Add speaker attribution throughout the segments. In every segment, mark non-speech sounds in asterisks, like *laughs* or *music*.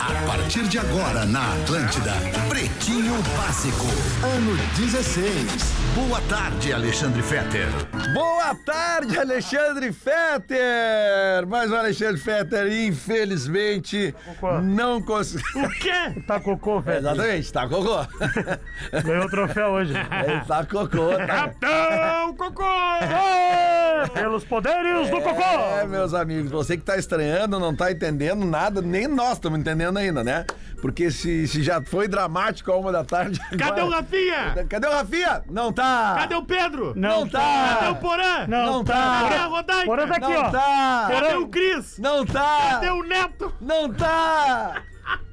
Speaker 1: A partir de agora na Atlântida, Pretinho Básico, ano 16. Boa tarde, Alexandre Fetter.
Speaker 2: *laughs* Boa tarde, Alexandre Fetter! Mas o Alexandre Fetter, infelizmente,
Speaker 3: Cocô.
Speaker 2: não *laughs* conseguiu.
Speaker 3: quê? Tá cocô, velho.
Speaker 2: Exatamente, tá cocô.
Speaker 3: Ganhou o troféu hoje.
Speaker 2: Ele tá cocô, tá?
Speaker 3: Capitão Cocô! Pelos poderes do
Speaker 2: É,
Speaker 3: Cocô!
Speaker 2: meus amigos, você que tá estranhando, não tá entendendo nada, nem nós estamos entendendo ainda, né? Porque se, se já foi dramático a uma da tarde.
Speaker 4: Cadê o
Speaker 2: agora-
Speaker 4: Rafinha?
Speaker 2: Cadê o Rafinha? Não tá!
Speaker 4: Cadê o Pedro?
Speaker 2: Não, tá!
Speaker 4: Cadê o Porã?
Speaker 3: Não,
Speaker 2: Não
Speaker 3: tá.
Speaker 2: tá.
Speaker 4: Cadê a Rodaica?
Speaker 3: Porã tá aqui,
Speaker 2: Não
Speaker 3: ó.
Speaker 2: tá!
Speaker 4: Cadê o Cris?
Speaker 2: Não tá!
Speaker 4: Cadê o Neto?
Speaker 2: Não tá!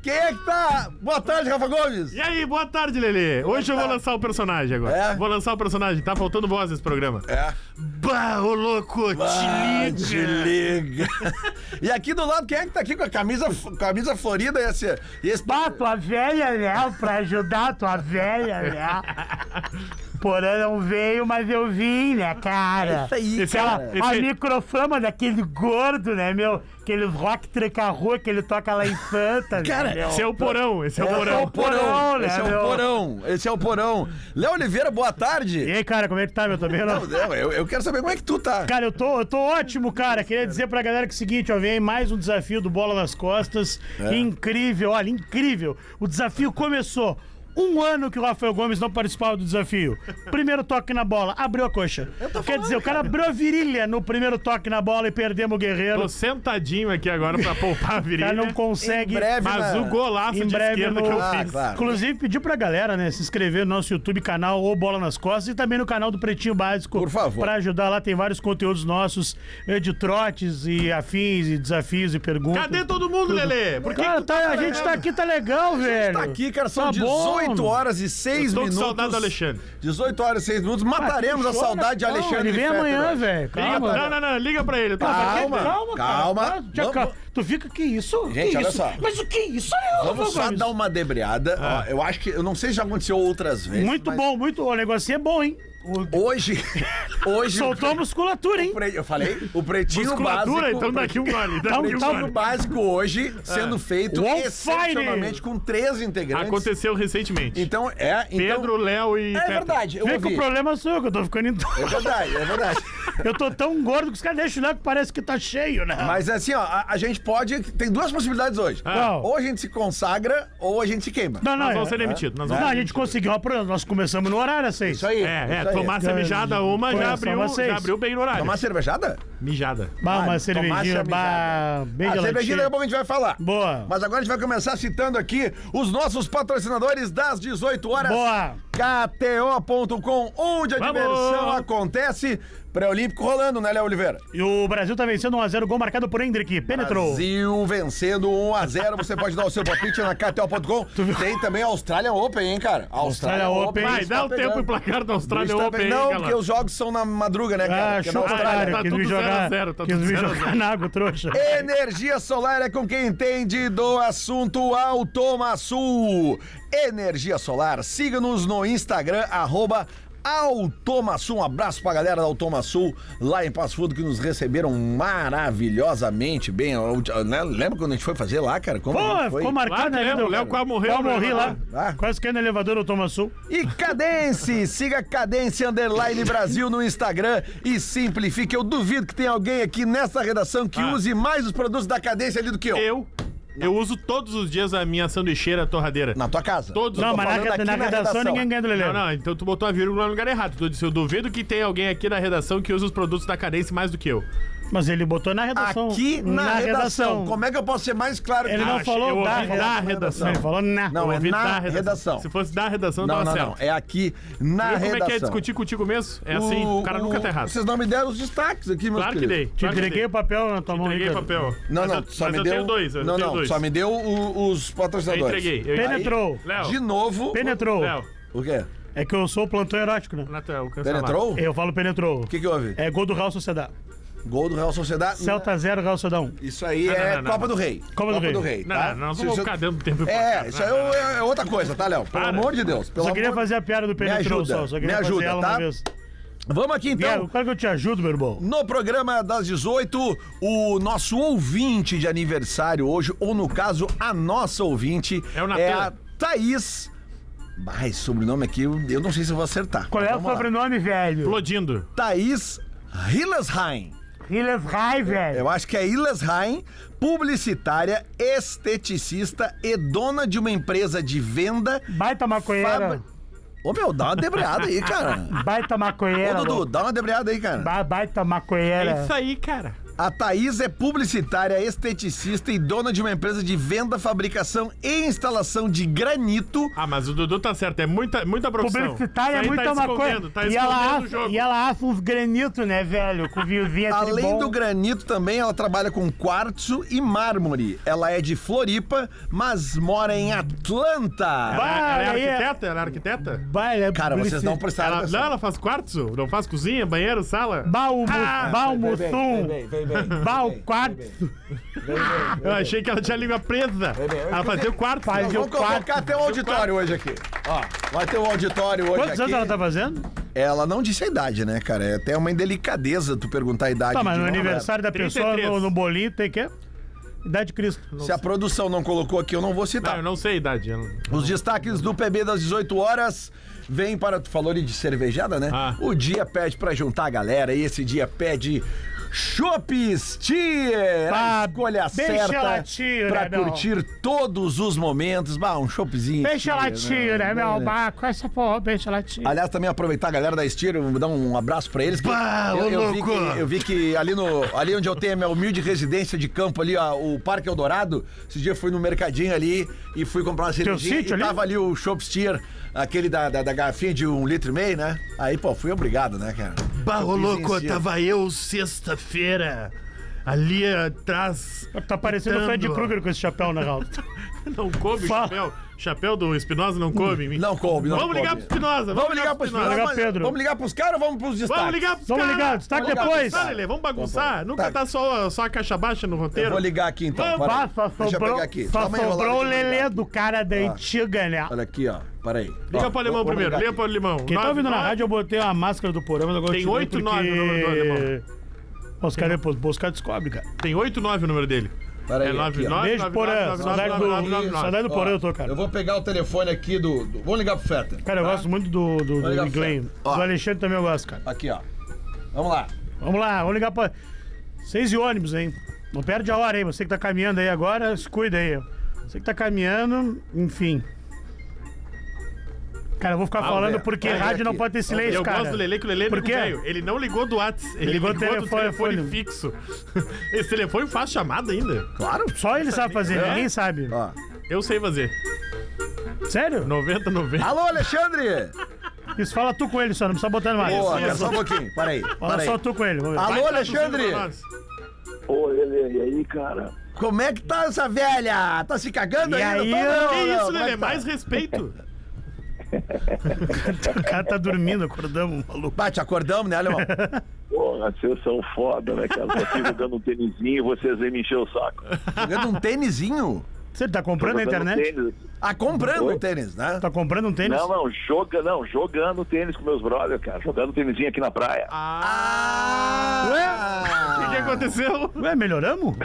Speaker 2: Quem é que tá? Boa tarde, Rafa Gomes!
Speaker 4: E aí, boa tarde, Lelê. Hoje eu vou lançar o personagem agora.
Speaker 2: É?
Speaker 4: Vou lançar o personagem. Tá faltando voz nesse programa.
Speaker 2: É.
Speaker 4: Bah, ô louco,
Speaker 2: Ah,
Speaker 4: te
Speaker 2: te
Speaker 4: liga.
Speaker 2: liga! *laughs* e aqui do lado, quem é que tá aqui com a camisa, camisa florida e esse, e esse
Speaker 3: Pá, tua velha, Léo, pra ajudar tua velha,
Speaker 4: *laughs*
Speaker 3: Léo. Porã não veio, mas eu vim, né, cara?
Speaker 2: Isso aí,
Speaker 4: Esse
Speaker 3: Aquela,
Speaker 4: é
Speaker 3: a
Speaker 4: Esse-
Speaker 3: microfama daquele gordo, né, meu? Aquele rock tranca-rua que ele toca lá em Santa,
Speaker 2: Cara,
Speaker 3: né, meu?
Speaker 4: Esse é o porão, esse é o
Speaker 3: Eu
Speaker 2: Esse é
Speaker 4: porão.
Speaker 2: o porão,
Speaker 3: Porão, né,
Speaker 2: esse é o
Speaker 3: meu?
Speaker 2: porão, esse é o porão. Léo Oliveira, boa
Speaker 3: E
Speaker 2: tarde.
Speaker 3: aí, cara, como é que tá, meu? Tô bem ou não?
Speaker 2: Não, eu, eu quero saber como é que tu tá.
Speaker 3: Cara, eu tô, eu tô ótimo, cara. Queria dizer pra galera que é o seguinte, ó, vem aí mais um desafio do Bola nas Costas.
Speaker 2: É.
Speaker 3: Incrível, olha, incrível. O desafio começou. Um ano que o Rafael Gomes não participava do desafio. Primeiro toque na bola, abriu a coxa. Quer dizer, o cara abriu a virilha no primeiro toque na bola e perdemos o guerreiro.
Speaker 4: Tô sentadinho aqui agora pra poupar a
Speaker 3: O cara
Speaker 4: virilha.
Speaker 3: não consegue.
Speaker 2: Em breve,
Speaker 4: Mas
Speaker 2: né?
Speaker 4: o golaço
Speaker 3: Tá Em
Speaker 4: de
Speaker 3: breve
Speaker 4: esquerda
Speaker 3: no-
Speaker 4: que eu
Speaker 2: Ah,
Speaker 4: fiz.
Speaker 2: claro.
Speaker 3: Inclusive, pedir pra galera, né, se inscrever no nosso YouTube canal ou Bola nas Costas e também no canal do Pretinho Básico.
Speaker 2: Por favor.
Speaker 3: Pra ajudar lá, tem vários conteúdos nossos eh, de trotes e afins e desafios e perguntas.
Speaker 4: Cadê todo mundo, Lelê? Por que
Speaker 3: Cara,
Speaker 4: que tu
Speaker 3: tá- a gente tá aqui, tá legal, velho.
Speaker 2: Tá aqui, cara, são
Speaker 3: Tá bom.
Speaker 2: 18 horas e 6
Speaker 4: Eu tô com
Speaker 2: minutos.
Speaker 4: saudade do Alexandre. Ah,
Speaker 2: 18 horas e 6 minutos.
Speaker 3: Tá
Speaker 2: Mataremos a
Speaker 3: Chora,
Speaker 2: saudade de
Speaker 3: calma,
Speaker 2: Alexandre.
Speaker 3: né? Ele vem
Speaker 2: Fetter né?
Speaker 3: amanhã,
Speaker 2: hoje.
Speaker 3: velho.
Speaker 4: Liga
Speaker 3: Calma.
Speaker 4: pra... Não, não, não, liga pra ele. Tá,
Speaker 2: Calma.
Speaker 4: pra quem-
Speaker 3: Calma, cara.
Speaker 2: Calma.
Speaker 3: Tá, já
Speaker 2: Vamos-
Speaker 3: calma. Tu fica que isso? Que
Speaker 2: Gente, olha
Speaker 3: isso?
Speaker 2: só.
Speaker 3: Mas o que isso é?
Speaker 2: Vamos só dar um uma debreada.
Speaker 4: Ah.
Speaker 2: Ó, eu acho que. Eu não sei se já aconteceu outras vezes.
Speaker 3: Muito
Speaker 2: mas
Speaker 3: bom, muito. O negocinho é bom, hein? O-
Speaker 4: *laughs*
Speaker 2: Hoje. Hoje.
Speaker 3: *laughs* Soltou a musculatura, hein?
Speaker 2: o pre- Eu falei? O pretinho básico.
Speaker 4: Musculatura, então daqui um gole.
Speaker 2: O
Speaker 4: Daqui um
Speaker 2: pretinho
Speaker 4: gole.
Speaker 2: básico hoje sendo feito
Speaker 3: On fire!
Speaker 2: excepcionalmente com três integrantes.
Speaker 4: Aconteceu recentemente.
Speaker 2: Então, é. Então,
Speaker 4: Pedro, Léo e.
Speaker 2: É
Speaker 4: Pepe.
Speaker 2: verdade. Eu
Speaker 3: Vê que o
Speaker 2: ouvi.
Speaker 3: problema sou eu, que eu tô ficando em
Speaker 2: *laughs* É verdade, é
Speaker 3: *laughs*
Speaker 2: verdade.
Speaker 3: Eu tô tão gordo que os caras deixam lá que parece que tá cheio, né?
Speaker 2: Mas assim, ó, a, a gente pode. Tem duas possibilidades hoje.
Speaker 3: Ah. Qual?
Speaker 2: Ou a gente se consagra ou a gente se queima.
Speaker 3: não, não,
Speaker 4: Nós vamos
Speaker 3: é-
Speaker 4: ser demitidos. Nós
Speaker 3: Não,
Speaker 4: vamos
Speaker 3: a gente conseguiu, ó, pronto, nós começamos no horário assim. às seis.
Speaker 2: Isso aí.
Speaker 4: É,
Speaker 2: isso
Speaker 4: é,
Speaker 2: aí.
Speaker 4: tomar essa mijada uma
Speaker 3: Olha,
Speaker 4: já
Speaker 3: só
Speaker 4: abriu,
Speaker 3: vocês.
Speaker 4: já abriu bem no horário.
Speaker 2: Tomar cervejada?
Speaker 4: Mijada.
Speaker 3: Bah,
Speaker 2: Ah,
Speaker 3: uma
Speaker 2: tomasse a
Speaker 3: cervejinha, bah,
Speaker 2: mijada.
Speaker 3: bem
Speaker 2: A Ah, cervejinha daqui a
Speaker 3: geladinha.
Speaker 2: pouco a gente vai falar.
Speaker 3: Boa.
Speaker 2: Mas agora a gente vai começar citando aqui os nossos patrocinadores das 18 horas.
Speaker 3: Boa.
Speaker 2: KTO.com, onde a
Speaker 4: Vamos.
Speaker 2: diversão acontece. Pré-olímpico rolando, né, Léo Oliveira?
Speaker 3: E o Brasil tá vencendo 1x0, gol marcado por Hendrick. Penetrou.
Speaker 2: Brasil vencendo 1 a 0 Você pode dar o seu palpite na KTO.com. Tem também a Austrália Open, hein, cara? A
Speaker 3: Austrália Open.
Speaker 4: Vai,
Speaker 2: está
Speaker 4: dá o tempo
Speaker 2: tá pegando.
Speaker 4: e placar da Austrália
Speaker 2: Está
Speaker 4: Open,
Speaker 2: pe-
Speaker 4: hein,
Speaker 2: Não,
Speaker 4: galera?
Speaker 2: porque os jogos são na madruga, né, cara?
Speaker 3: Ah,
Speaker 2: Porque na
Speaker 3: chupa,
Speaker 2: Austrália.
Speaker 4: Tá
Speaker 3: otário. Quis
Speaker 4: tudo
Speaker 3: me
Speaker 4: zero a
Speaker 3: jogar,
Speaker 4: zero, tá
Speaker 3: quis
Speaker 4: tudo
Speaker 3: me
Speaker 4: zero a
Speaker 3: jogar
Speaker 4: zero.
Speaker 3: na água, trouxa.
Speaker 2: Energia solar é com quem entende do assunto Automaçul. Energia solar, siga-nos no Instagram, arroba Automaçul. Um abraço pra galera da Automaçul lá em Passo Fundo que nos receberam maravilhosamente bem. Eu- eu- né? Lembra quando a gente foi fazer lá, cara? Como a gente
Speaker 3: Pô,
Speaker 2: foi?
Speaker 3: ficou marcado,
Speaker 4: Claro que
Speaker 3: né?
Speaker 4: lembro, o Léo quase morreu,
Speaker 3: Quase
Speaker 4: né?
Speaker 3: morri lá.
Speaker 2: Ah.
Speaker 3: Quase que é no elevador do Thomas Sul.
Speaker 2: E Cadence, siga Cadence Underline Brasil no Instagram e simplifique. Eu duvido que tenha alguém aqui nessa redação que
Speaker 4: Ah.
Speaker 2: use mais os produtos da Cadence ali do que eu.
Speaker 4: Eu, eu uso todos os dias a minha sanduicheira torradeira.
Speaker 2: Na tua casa.
Speaker 4: Todos
Speaker 3: Não,
Speaker 4: os
Speaker 3: mas na,
Speaker 2: falando aqui
Speaker 3: na,
Speaker 2: na redação.
Speaker 3: redação ninguém ganha do Lelê.
Speaker 4: Não, não, então tu botou a vírgula no lugar errado. Tu disse, eu duvido que tenha alguém aqui na redação que usa os produtos da cadência mais do que eu.
Speaker 3: Mas ele botou na redação.
Speaker 2: Aqui na, redação. Como é que eu posso ser mais claro que
Speaker 3: Ele
Speaker 2: isso?
Speaker 3: não
Speaker 4: Ah, eu
Speaker 3: falou
Speaker 4: ouvi
Speaker 3: da
Speaker 4: da
Speaker 3: redação.
Speaker 4: redação.
Speaker 3: Ele falou na.
Speaker 2: Não,
Speaker 4: Eu
Speaker 2: é
Speaker 4: ouvi
Speaker 2: na
Speaker 4: da
Speaker 2: redação.
Speaker 4: Se fosse da redação,
Speaker 2: Não,
Speaker 4: tava
Speaker 2: não,
Speaker 4: certo.
Speaker 2: não. É aqui na
Speaker 4: Viu
Speaker 2: redação.
Speaker 4: como é que é discutir contigo mesmo? É assim, o cara nunca tá errado.
Speaker 2: Vocês não me deram os destaques aqui, meus
Speaker 4: Claro que
Speaker 2: queridos.
Speaker 4: dei.
Speaker 3: Te
Speaker 4: claro que
Speaker 3: entreguei
Speaker 4: dei.
Speaker 3: o papel na tua mão,
Speaker 4: Entreguei
Speaker 3: Ricardo.
Speaker 4: papel.
Speaker 2: Não,
Speaker 4: Mas
Speaker 2: não,
Speaker 4: eu-
Speaker 2: só
Speaker 4: mas
Speaker 2: me
Speaker 4: eu
Speaker 2: deu.
Speaker 4: tenho dois, eu
Speaker 2: não,
Speaker 4: tenho
Speaker 2: não,
Speaker 4: dois.
Speaker 2: só me deu o- os
Speaker 4: Eu
Speaker 2: patrocinadores.
Speaker 4: entreguei. Eu Tá entreguei.
Speaker 3: Penetrou.
Speaker 4: Léo.
Speaker 2: De novo.
Speaker 3: Penetrou.
Speaker 4: Léo.
Speaker 2: O quê?
Speaker 3: É que eu sou o plantão erótico, né?
Speaker 4: Natal, cancelado.
Speaker 2: Penetrou? O
Speaker 3: Eu falo penetrou.
Speaker 2: que que houve?
Speaker 3: É gol do Real Sociedade.
Speaker 2: Gol do Real Sociedade.
Speaker 3: Celta 0, Real Sociedade 1.
Speaker 2: Isso aí
Speaker 4: Não, não,
Speaker 2: é
Speaker 4: não, não,
Speaker 2: Copa do
Speaker 4: não.
Speaker 2: Rei.
Speaker 3: Copa do Rei.
Speaker 4: Não,
Speaker 2: tá?
Speaker 4: não, não, não
Speaker 2: Se
Speaker 4: vamos
Speaker 2: você-
Speaker 4: ficar dando tempo pro
Speaker 2: É,
Speaker 4: placar.
Speaker 2: isso
Speaker 4: Não,
Speaker 2: aí
Speaker 4: não, não.
Speaker 2: é, é outra coisa, tá, Léo? Pelo
Speaker 4: Para.
Speaker 2: amor de Deus. Pelo
Speaker 3: Só queria
Speaker 2: amor-
Speaker 3: fazer a piada do
Speaker 2: Me
Speaker 3: Pedro
Speaker 2: ajuda,
Speaker 3: Troll, só queria
Speaker 2: me
Speaker 3: fazer
Speaker 2: ajuda,
Speaker 3: ela
Speaker 2: tá?
Speaker 3: uma vez.
Speaker 2: Vamos aqui
Speaker 3: Diego,
Speaker 2: então.
Speaker 3: claro que eu te ajudo, meu irmão.
Speaker 2: No programa das 18, o nosso ouvinte de aniversário hoje, ou no caso, a nossa ouvinte,
Speaker 4: É o Natan.
Speaker 2: a Thaís. Mas sobrenome aqui, eu eu não sei se eu vou acertar.
Speaker 3: Qual é o
Speaker 2: Vamos lá.
Speaker 3: sobrenome, velho?
Speaker 4: Explodindo.
Speaker 2: Thaís Hillesheim.
Speaker 3: Hilles Rai, velho.
Speaker 2: Eu acho que é Hillesheim, publicitária, esteticista e dona de uma empresa de venda.
Speaker 3: Baita maconheira.
Speaker 2: Fabri- Ô meu, dá uma debreada aí,
Speaker 3: *laughs*
Speaker 2: cara.
Speaker 3: Baita
Speaker 2: Ô,
Speaker 3: maconheira.
Speaker 2: Dudu,
Speaker 3: louco.
Speaker 2: dá uma debreada aí, cara.
Speaker 3: Ba- Baita
Speaker 4: É
Speaker 3: maconheira.
Speaker 4: isso aí, cara.
Speaker 2: A Thaís é publicitária, esteticista e dona de uma empresa de venda, fabricação e instalação de granito.
Speaker 4: Ah, mas o Dudu tá certo, é muita, muita profissão.
Speaker 3: Publicitária é
Speaker 4: Isso aí
Speaker 3: muita
Speaker 4: tá
Speaker 3: maconha.
Speaker 4: escondendo, Tá
Speaker 3: e,
Speaker 4: escondendo
Speaker 3: ela
Speaker 4: o
Speaker 3: assa,
Speaker 4: jogo.
Speaker 3: e ela assa uns granitos, né, velho? Com viuzinha
Speaker 2: Além
Speaker 3: tribom.
Speaker 2: do granito também, ela trabalha com quartzo e mármore. Ela é de Floripa, mas mora em Atlanta.
Speaker 4: Ela, ela
Speaker 3: Vai, aí
Speaker 4: é
Speaker 3: é-
Speaker 4: arquiteta? Ela é arquiteta?
Speaker 3: Bah, ele é
Speaker 2: Cara, vocês
Speaker 3: publici-
Speaker 2: não prestaram
Speaker 4: Ela, não,
Speaker 2: atenção.
Speaker 4: ela faz quartzo? Não faz cozinha, banheiro, sala?
Speaker 3: Balmo,
Speaker 4: Ah,
Speaker 3: Balmo Sum, Bal Quartzo,
Speaker 4: Eu achei que ela tinha a língua presa. Ela fazia o quartzo.
Speaker 2: Nós
Speaker 3: fazia o
Speaker 2: vamos colocar
Speaker 3: quarto.
Speaker 2: até o auditório hoje aqui. Ó, vai ter o auditório hoje
Speaker 3: Quantos
Speaker 2: aqui. É
Speaker 3: anos ela tá fazendo?
Speaker 2: Ela não disse a idade, né, cara? É até uma indelicadeza tu perguntar a idade.
Speaker 3: Tá, mas
Speaker 2: de
Speaker 3: no
Speaker 2: uma
Speaker 3: aniversário da
Speaker 4: 33.
Speaker 3: pessoa, no, no bolinho, tem que... Idade de Cristo.
Speaker 2: mulher. Se a produção não colocou aqui, eu não vou
Speaker 4: Não,
Speaker 3: tá.
Speaker 2: citar.
Speaker 4: eu não sei a idade. ela-
Speaker 2: Os destaques do PB das 18 horas vem para. Tu falou ali de cervejada, né?
Speaker 4: Ah.
Speaker 2: O dia pede pra juntar a galera e esse dia pede. Chopp Steer! A
Speaker 3: Bah,
Speaker 2: escolha
Speaker 3: Ah, deixa
Speaker 2: certa
Speaker 3: ela tira,
Speaker 2: pra
Speaker 3: não.
Speaker 2: curtir todos os momentos. Bah, um choppzinho.
Speaker 3: Peixe latinho, né, meu? Bah, com essa porra, peixe latinho.
Speaker 2: Aliás, também aproveitar a galera da Steer, eu vou dar um abraço pra eles. que eu, eu vi que, eu vi que ali, no, ali onde eu tenho a minha humilde residência de campo, ali, ó, o Parque Eldorado, esse dia eu fui no mercadinho ali e fui comprar uma cervejinha.
Speaker 3: sítio
Speaker 2: e
Speaker 3: ali?
Speaker 2: tava ali o Shop Steer, aquele da, da, da garrafinha de um litro e meio, né? Aí, pô, fui obrigado, né, cara?
Speaker 4: Barro
Speaker 2: Choppzinho
Speaker 4: louco,
Speaker 2: Steer.
Speaker 4: tava eu sexta-feira. Ali atrás.
Speaker 3: Tá parecendo o Fred
Speaker 4: gritando.
Speaker 3: Krueger com esse chapéu, né, na real.
Speaker 2: Então,
Speaker 4: Não coube o
Speaker 3: Fala.
Speaker 4: chapéu. Chapéu do Espinosa não coube. em mim.
Speaker 2: Não coube, não
Speaker 4: Vamos ligar pro
Speaker 2: coube.
Speaker 4: Espinosa.
Speaker 2: Vamos ligar pro Pedro.
Speaker 3: Vamos ligar pro Pedro.
Speaker 2: Vamos ligar pros caras ou vamos pros destaques?
Speaker 4: Vamos ligar pro
Speaker 3: Vamos ligar, destaque depois.
Speaker 4: Vamos bagunçar.
Speaker 2: Tá.
Speaker 4: Nunca tá só, só a caixa baixa no roteiro.
Speaker 2: Eu vou ligar aqui então.
Speaker 4: Vamos.
Speaker 2: peraí.
Speaker 3: Bah, só
Speaker 2: Deixa eu
Speaker 3: sobrou,
Speaker 2: pegar aqui. Dá
Speaker 3: só
Speaker 2: uma enrolada
Speaker 3: sobrou o
Speaker 2: aqui, vou ligar.
Speaker 3: Lelê do cara da antiga, né?
Speaker 2: Olha aqui, ó. Peraí.
Speaker 4: Liga pro alemão primeiro. Liga pro alemão.
Speaker 3: Quem tá
Speaker 4: Nove,
Speaker 3: ouvindo na
Speaker 4: nove.
Speaker 3: rádio, eu botei uma máscara do porão, mas agora
Speaker 4: Tem
Speaker 3: eu tirei
Speaker 4: oito, nove
Speaker 3: porque- é,
Speaker 4: o número do alemão.
Speaker 3: Ó, Os caras depois, os caras descobrem, cara.
Speaker 4: Tem 89 o número dele.
Speaker 2: Peraí,
Speaker 4: É
Speaker 2: aqui, ó.
Speaker 4: 99.
Speaker 3: Beijo, porã. Saudade do, saudade do porã eu tô, cara.
Speaker 2: Eu vou pegar o telefone aqui do. do- Vamos ligar pro Feta.
Speaker 3: Cara, eu gosto muito do, do, do,
Speaker 2: ligar pro Fred.
Speaker 3: Glenn. Do
Speaker 2: Ó.
Speaker 3: Alexandre também eu gosto, cara.
Speaker 2: Aqui, ó. Vamos lá.
Speaker 3: Vamos lá, vamos ligar pra... Seis e ônibus, hein? Não perde a hora, hein? Você que tá caminhando aí agora, se cuida aí. Você que tá caminhando, enfim... Cara, eu vou ficar
Speaker 2: Vamos
Speaker 3: falando
Speaker 2: ver,
Speaker 3: porque
Speaker 2: vamos ver
Speaker 3: rádio não
Speaker 2: aqui.
Speaker 3: pode ter
Speaker 4: E
Speaker 3: silêncio,
Speaker 4: eu
Speaker 3: cara.
Speaker 4: gosto do Lele, que o Lele é
Speaker 3: Por
Speaker 4: amigo
Speaker 3: quê?
Speaker 4: velho. Ele não ligou do Whats, ele
Speaker 3: ligou
Speaker 4: ligou,
Speaker 3: o
Speaker 4: do
Speaker 3: telefone.
Speaker 4: telefone fixo. *laughs* Esse telefone faz chamada ainda?
Speaker 2: Claro.
Speaker 3: Só ele sabe fazer,
Speaker 4: É?
Speaker 3: ninguém sabe.
Speaker 2: Ó.
Speaker 4: Eu sei fazer.
Speaker 3: Sério?
Speaker 4: 90, 90.
Speaker 2: Alô, Alexandre!
Speaker 3: Isso, fala tu com ele só, não precisa botar no ar.
Speaker 2: Boa,
Speaker 4: isso.
Speaker 2: cara, só um pouquinho. Peraí.
Speaker 3: Fala
Speaker 2: peraí.
Speaker 3: só tu com ele. vamos ver.
Speaker 2: Alô,
Speaker 4: Vai traduzindo
Speaker 2: Alexandre!
Speaker 4: pra nós.
Speaker 5: Ô, Lelê, e aí, cara?
Speaker 2: Como é que tá essa velha? Tá se cagando
Speaker 3: E
Speaker 2: ainda?
Speaker 3: aí,
Speaker 2: Tá, não,
Speaker 3: ó,
Speaker 4: Que
Speaker 2: não,
Speaker 4: isso,
Speaker 2: como é
Speaker 4: Lele?
Speaker 2: que tá?
Speaker 4: Mais respeito.
Speaker 3: O cara tá dormindo, acordamos, maluco.
Speaker 2: Bate, acordamos, né, alemão?
Speaker 5: Porra, vocês são foda, né, cara? Só fico dando um tênisinho e vocês vêm me encher o saco.
Speaker 2: Jogando um tênisinho.
Speaker 3: Você tá comprando na
Speaker 5: Jogando
Speaker 3: internet?
Speaker 5: tênis.
Speaker 2: Ah, comprando
Speaker 5: Oi?
Speaker 2: um tênis, né?
Speaker 3: Tá comprando um tênis?
Speaker 5: Não, não, joga, não, jogando tênis com meus brothers, cara. Jogando tênisinho aqui na praia.
Speaker 2: Ah!
Speaker 4: O que aconteceu?
Speaker 3: Ué,
Speaker 5: *laughs*
Speaker 3: melhoramos?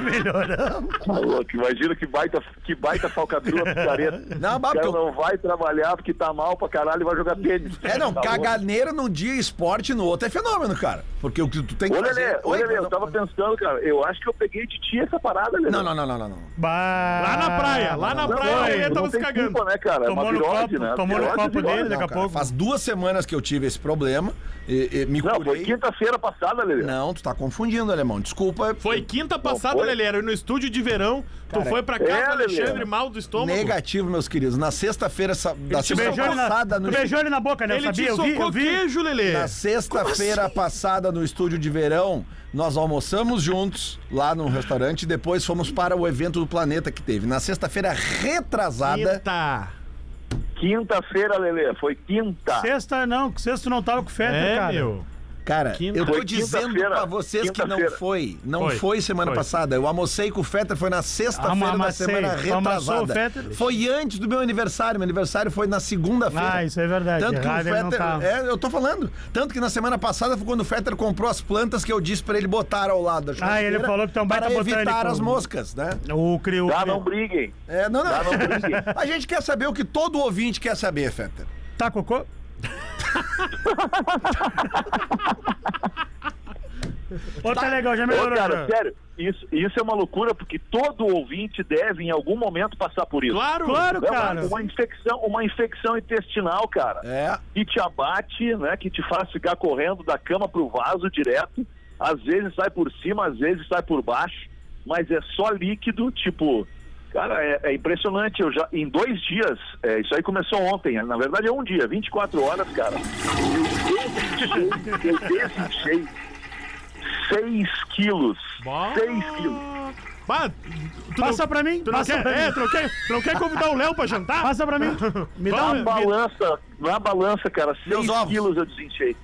Speaker 3: melhoramos?
Speaker 5: Tá louco, imagina que baita, que baita falcatrua picareta.
Speaker 2: Não,
Speaker 5: O
Speaker 2: mas
Speaker 5: cara
Speaker 2: porque eu-
Speaker 5: não vai trabalhar porque tá mal pra caralho e vai jogar tênis.
Speaker 2: É, não,
Speaker 5: Tá louco.
Speaker 2: caganeira num dia esporte no outro é fenômeno, cara. Porque o que tu tem que
Speaker 5: Ô,
Speaker 2: fazer...
Speaker 5: Lelê, ô,
Speaker 2: Oi,
Speaker 5: Lelê, eu
Speaker 2: não,
Speaker 5: tava pensando, cara, eu acho que eu peguei de ti essa parada, Lelê.
Speaker 2: Não, não, não, não, não. não.
Speaker 3: Lá
Speaker 4: Lá na praia, lá na
Speaker 5: Não,
Speaker 4: praia
Speaker 5: não,
Speaker 4: o Lele
Speaker 5: não
Speaker 4: tava se
Speaker 5: tem
Speaker 4: cagando.
Speaker 5: culpa, né, cara? É uma
Speaker 3: Tomou no
Speaker 5: virose,
Speaker 3: copo-
Speaker 5: né?
Speaker 3: tomou no
Speaker 5: Virose,
Speaker 3: copo
Speaker 5: virose.
Speaker 3: dele, né, Daqui a
Speaker 2: cara,
Speaker 3: pouco.
Speaker 2: Faz duas semanas que eu tive esse problema e, e me
Speaker 5: Não, foi
Speaker 2: curei.
Speaker 5: quinta-feira passada, Lelê.
Speaker 2: Não, tu tá confundindo, alemão. Desculpa.
Speaker 4: Foi quinta passada,
Speaker 5: foi?
Speaker 4: Lele, era no estúdio de verão. tu foi pra casa,
Speaker 5: é, Lelê.
Speaker 4: Alexandre, mal do estômago.
Speaker 2: Negativo, meus queridos. Na sexta-feira, sa- da
Speaker 3: Tu
Speaker 2: sexta
Speaker 3: beijou, ele
Speaker 2: passada,
Speaker 3: na,
Speaker 2: no
Speaker 3: tu beijou ele na boca, né? Eu
Speaker 4: Ele
Speaker 3: sabia,
Speaker 4: te
Speaker 3: eu vi,
Speaker 4: socou
Speaker 3: eu vi.
Speaker 4: queijo, Lelê.
Speaker 2: Na sexta-feira
Speaker 3: assim?
Speaker 2: passada, no estúdio de verão, nós almoçamos juntos lá no restaurante e depois fomos para o evento do planeta que teve. Na sexta-feira retrasada,
Speaker 4: Eita.
Speaker 5: Quinta-feira, Lelê, foi quinta.
Speaker 3: Sexta não, que sexta tu não tava com febre,
Speaker 4: É,
Speaker 3: cara.
Speaker 4: meu.
Speaker 2: Cara,
Speaker 4: Quinta-
Speaker 2: eu tô
Speaker 5: Foi
Speaker 2: dizendo
Speaker 5: quinta-feira.
Speaker 2: pra vocês que não
Speaker 5: Quinta-feira.
Speaker 2: foi. Não foi,
Speaker 4: Foi,
Speaker 2: semana
Speaker 4: foi.
Speaker 2: passada. Eu almocei com o Fetter, foi na sexta-feira da
Speaker 3: Amacei.
Speaker 2: semana
Speaker 3: Amassou o
Speaker 2: retrasada.
Speaker 3: Fetter.
Speaker 2: Foi antes do meu aniversário. Meu aniversário foi na segunda-feira.
Speaker 3: Ah, isso é verdade.
Speaker 2: Tanto que o
Speaker 3: Errado ele não
Speaker 2: Fetter.
Speaker 3: tava.
Speaker 2: É, eu tô falando. Tanto que na semana passada foi quando o Fetter comprou as plantas que eu disse pra ele botar ao lado da
Speaker 3: Ah, ele
Speaker 2: churrasqueira
Speaker 3: falou que tem um baita
Speaker 2: Para evitar
Speaker 3: botânico.
Speaker 2: as moscas, né?
Speaker 3: O Crio.
Speaker 5: Tá, não briguem.
Speaker 2: É, não, não. *laughs*
Speaker 5: Tá, não briguem.
Speaker 2: A gente quer saber o que todo ouvinte quer saber, Fetter.
Speaker 3: Tá cocô? Ô, tá legal, já
Speaker 5: Ô,
Speaker 3: melhorou.
Speaker 5: cara, é-
Speaker 3: já.
Speaker 5: sério, isso, isso é uma loucura, porque todo ouvinte deve, em algum momento, passar por isso.
Speaker 4: Claro!
Speaker 3: Claro,
Speaker 5: É uma-
Speaker 3: cara.
Speaker 5: Uma infecção, uma infecção intestinal, cara.
Speaker 2: É.
Speaker 5: que te abate, né? Que te faz ficar correndo da cama pro vaso direto. Às vezes sai por cima, às vezes sai por baixo, mas é só líquido, tipo. Cara, é, é impressionante. Eu já, em dois dias, é, isso aí começou ontem. Na verdade é um dia, 24 horas, cara. Eu desinchei, eu desinchei 6 quilos.
Speaker 4: Bom.
Speaker 5: 6 quilos.
Speaker 4: Bah, tu
Speaker 3: Passa
Speaker 4: não-
Speaker 3: pra mim,
Speaker 4: Tu não
Speaker 3: passa
Speaker 4: quer,
Speaker 3: pra
Speaker 4: é,
Speaker 3: mim.
Speaker 4: tu não quer, tu não quer convidar o Léo pra jantar?
Speaker 3: Passa pra mim. *laughs* Me dá
Speaker 4: Vamos,
Speaker 3: um...
Speaker 5: Balança, na balança, cara,
Speaker 2: Meus
Speaker 5: 6
Speaker 2: ovos.
Speaker 5: quilos eu desinchei.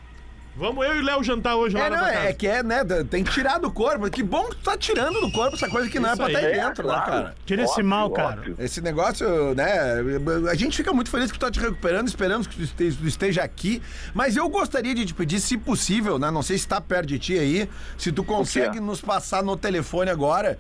Speaker 4: Vamos eu e o Léo jantar hoje lá
Speaker 2: É,
Speaker 4: na
Speaker 2: não,
Speaker 4: tua casa.
Speaker 2: é que é, né? Tem que tirar do corpo. Que bom que tu tá tirando do corpo essa coisa que não é
Speaker 4: Isso
Speaker 2: pra
Speaker 4: aí.
Speaker 2: estar aí
Speaker 4: É,
Speaker 2: dentro, né, cara?
Speaker 3: Tira esse mal, cara.
Speaker 2: Esse negócio, né? A gente fica muito feliz que tu tá te recuperando, esperamos que tu este- tu esteja aqui. Mas eu gostaria de te pedir, se possível, né? Não sei se tá perto de ti aí, se tu consegue nos passar no telefone agora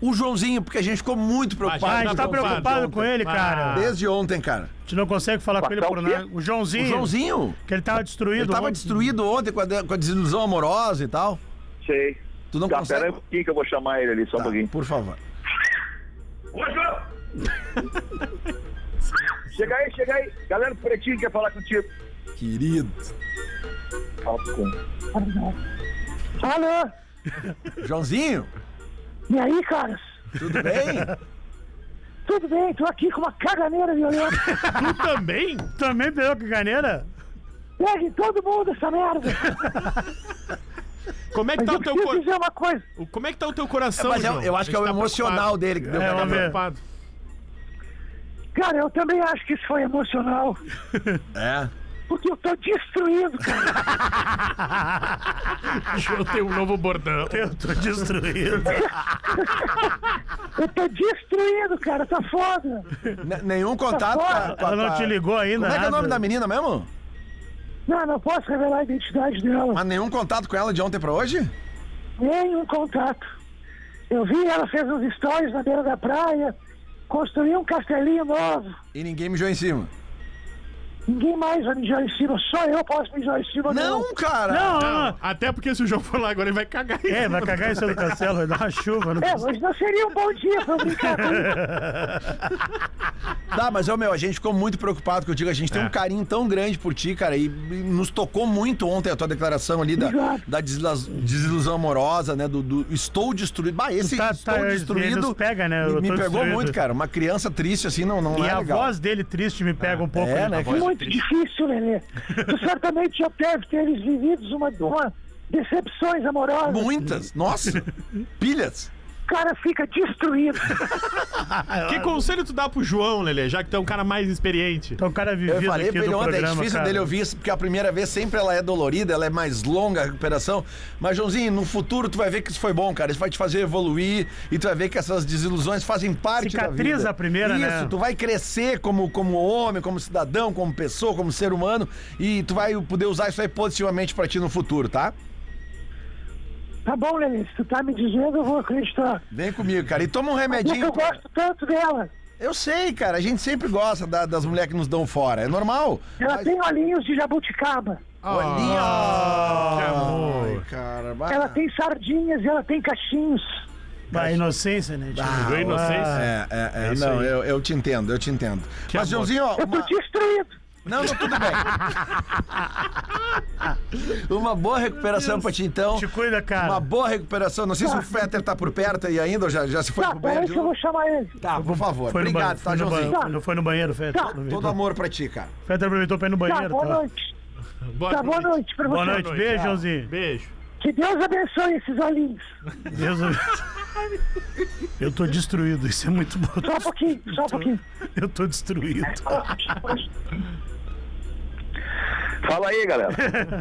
Speaker 2: o Joãozinho, porque a gente ficou muito preocupado.
Speaker 3: Ah, a
Speaker 4: Tá
Speaker 3: gente tá
Speaker 4: preocupado
Speaker 3: preocupado com
Speaker 4: ontem.
Speaker 3: ele, cara.
Speaker 4: Ah.
Speaker 2: Desde ontem, cara.
Speaker 3: A gente não consegue falar com ele
Speaker 5: Passar
Speaker 3: por
Speaker 5: o
Speaker 3: nada. O
Speaker 2: O
Speaker 3: Joãozinho.
Speaker 2: Joãozinho,
Speaker 3: Que ele tava destruído.
Speaker 2: ele tava
Speaker 3: ontem.
Speaker 2: destruído ontem com a, de- com a desilusão amorosa e tal.
Speaker 5: Sei.
Speaker 2: Tu não
Speaker 5: tá,
Speaker 2: consegue?
Speaker 5: pera aí um pouquinho que eu vou chamar ele ali, só um
Speaker 2: Tá,
Speaker 5: pouquinho.
Speaker 2: por favor.
Speaker 5: Chega aí, chega aí. Galera do Pretinho quer falar contigo.
Speaker 2: Querido.
Speaker 5: Fala com
Speaker 6: Alô?
Speaker 2: Joãozinho,
Speaker 6: E aí, caras?
Speaker 2: tudo
Speaker 4: *laughs*
Speaker 2: bem?
Speaker 6: Tudo bem? Tô aqui com uma caganeira
Speaker 4: *laughs*
Speaker 6: violenta.
Speaker 4: Tu também?
Speaker 3: Também pegou com caneira?
Speaker 6: Pegue todo mundo essa merda.
Speaker 4: Como é que
Speaker 6: Mas
Speaker 4: tá
Speaker 6: eu
Speaker 4: o teu
Speaker 6: preciso
Speaker 4: cor...
Speaker 6: dizer uma coisa.
Speaker 4: o- Como é que tá o teu coração,
Speaker 2: Mas eu,
Speaker 4: João?
Speaker 2: eu acho que é o
Speaker 4: A gente tá
Speaker 2: emocional
Speaker 4: preocupado.
Speaker 2: dele que deu
Speaker 3: É,
Speaker 2: uma
Speaker 4: Tá
Speaker 3: vamos ver.
Speaker 4: preocupado.
Speaker 6: Cara, eu também acho que isso foi emocional.
Speaker 2: É.
Speaker 6: Porque eu tô
Speaker 4: *laughs*
Speaker 6: destruído, cara.
Speaker 4: Eu tenho um novo bordão.
Speaker 3: *laughs* Eu tô destruído.
Speaker 6: Eu tô destruído, cara. Tá foda.
Speaker 2: Ne- Nenhum contato com a, com a-
Speaker 3: Ela não te ligou
Speaker 2: Como
Speaker 3: ainda,
Speaker 2: é que é o
Speaker 3: nada.
Speaker 2: nome da menina mesmo?
Speaker 6: Não, não posso revelar a identidade dela.
Speaker 2: Mas nenhum contato com ela de ontem pra hoje?
Speaker 6: Nenhum contato. Eu vi, ela fez uns stories na beira da praia. Construiu um castelinho novo.
Speaker 2: E ninguém mijou em cima.
Speaker 6: Ninguém mais vai mijar em cima. Só eu posso mijar em cima.
Speaker 2: Não, cara!
Speaker 3: Não, não,
Speaker 4: Não,
Speaker 3: não.
Speaker 4: até porque se o João for lá agora, ele vai cagar.
Speaker 3: É, vai cagar em cima do Castelo, vai dar uma chuva. No...
Speaker 6: É, hoje não seria um bom dia pra eu brincar com isso.
Speaker 2: Tá, mas, ô meu, a gente ficou muito preocupado que eu digo, a
Speaker 3: É.
Speaker 2: gente tem um carinho tão grande por ti, cara, e, e nos tocou muito ontem a tua declaração ali da,
Speaker 6: Obrigado.
Speaker 2: da desila- desilusão amorosa, né? Do, do estou destruído. Bah, esse
Speaker 3: Tá- tá,
Speaker 2: estou
Speaker 3: às
Speaker 2: destruído.
Speaker 3: vezes pega, né?
Speaker 2: me-
Speaker 3: Eu
Speaker 2: Me,
Speaker 3: tô
Speaker 2: pegou
Speaker 3: destruído.
Speaker 2: muito, cara. Uma criança triste, assim, não, não
Speaker 3: E
Speaker 2: é
Speaker 3: a
Speaker 2: legal.
Speaker 3: voz dele triste me pega um pouco.
Speaker 2: É, né, cara?
Speaker 6: Muito difícil, Lelê. Tu certamente já deve ter vivido uma, uma decepções amorosas.
Speaker 2: Muitas.
Speaker 3: *laughs*
Speaker 2: Nossa. Pilhas.
Speaker 6: O cara fica destruído.
Speaker 4: Que conselho tu dá pro João, Lelê, já que tu é um cara mais experiente?
Speaker 3: Então o cara
Speaker 2: Eu
Speaker 3: vivido
Speaker 2: falei
Speaker 3: aqui
Speaker 2: pra ele
Speaker 3: do
Speaker 2: ontem,
Speaker 3: programa,
Speaker 2: é difícil
Speaker 3: cara.
Speaker 2: dele ouvir isso, porque a primeira vez sempre ela é dolorida, ela é mais longa a recuperação. Mas, Joãozinho, no futuro tu vai ver que isso foi bom, cara. Isso vai te fazer evoluir e tu vai ver que essas desilusões fazem parte da vida.
Speaker 3: Cicatriza a primeira,
Speaker 2: isso,
Speaker 3: né?
Speaker 2: tu vai crescer como, como homem, como cidadão, como pessoa, como ser humano. E tu vai poder usar isso aí positivamente pra ti no futuro, tá?
Speaker 6: Tá bom, Lelê, se tu tá me dizendo, eu vou acreditar.
Speaker 2: Vem comigo, cara. E toma um
Speaker 6: Porque
Speaker 2: remedinho.
Speaker 6: eu gosto tanto dela.
Speaker 2: Eu sei, cara. A gente sempre gosta da- das mulheres que nos dão fora. É normal.
Speaker 6: Ela
Speaker 2: Mas-
Speaker 6: tem olhinhos de jabuticaba.
Speaker 3: Ah,
Speaker 2: Olhinho.
Speaker 4: Que amor.
Speaker 2: Ai, cara. vai-
Speaker 6: Ela tem sardinhas e ela tem cachinhos.
Speaker 3: Da inocência, né? tio?
Speaker 4: Deu inocência.
Speaker 2: Ah, É, é, é. não, eu, eu te entendo, eu te entendo. Mas,
Speaker 4: amor.
Speaker 2: Joãozinho, ó.
Speaker 6: Eu tô
Speaker 2: uma-
Speaker 6: destruído.
Speaker 2: Não, não, tudo bem. *laughs* uma boa recuperação pra ti, então.
Speaker 3: Te cuida, cara.
Speaker 2: Uma boa recuperação. Não sei se o Fetter tá por perto aí ainda, ou já, já se foi
Speaker 6: Tá,
Speaker 2: pro
Speaker 6: peraí
Speaker 2: banheiro.
Speaker 6: que eu vou chamar ele.
Speaker 2: Tá, por favor.
Speaker 3: Foi no
Speaker 2: Obrigado,
Speaker 3: banheiro,
Speaker 2: tá,
Speaker 3: foi no
Speaker 2: Joãozinho?
Speaker 3: banheiro, Não foi no banheiro, Fetter.
Speaker 6: Tá.
Speaker 3: Aproveitou.
Speaker 2: Todo amor pra ti, cara.
Speaker 3: Fetter aproveitou pra ir no
Speaker 6: Tá,
Speaker 3: banheiro.
Speaker 6: boa
Speaker 3: tá?
Speaker 6: noite. Tá, boa noite pra
Speaker 3: Boa
Speaker 6: você.
Speaker 3: noite, beijo, Joãozinho.
Speaker 4: Beijo.
Speaker 6: Que Deus abençoe esses olhinhos.
Speaker 3: Deus o- Eu tô destruído, isso é muito bom.
Speaker 6: Só um pouquinho, só um pouquinho.
Speaker 3: Eu tô destruído.
Speaker 5: Fala aí, galera.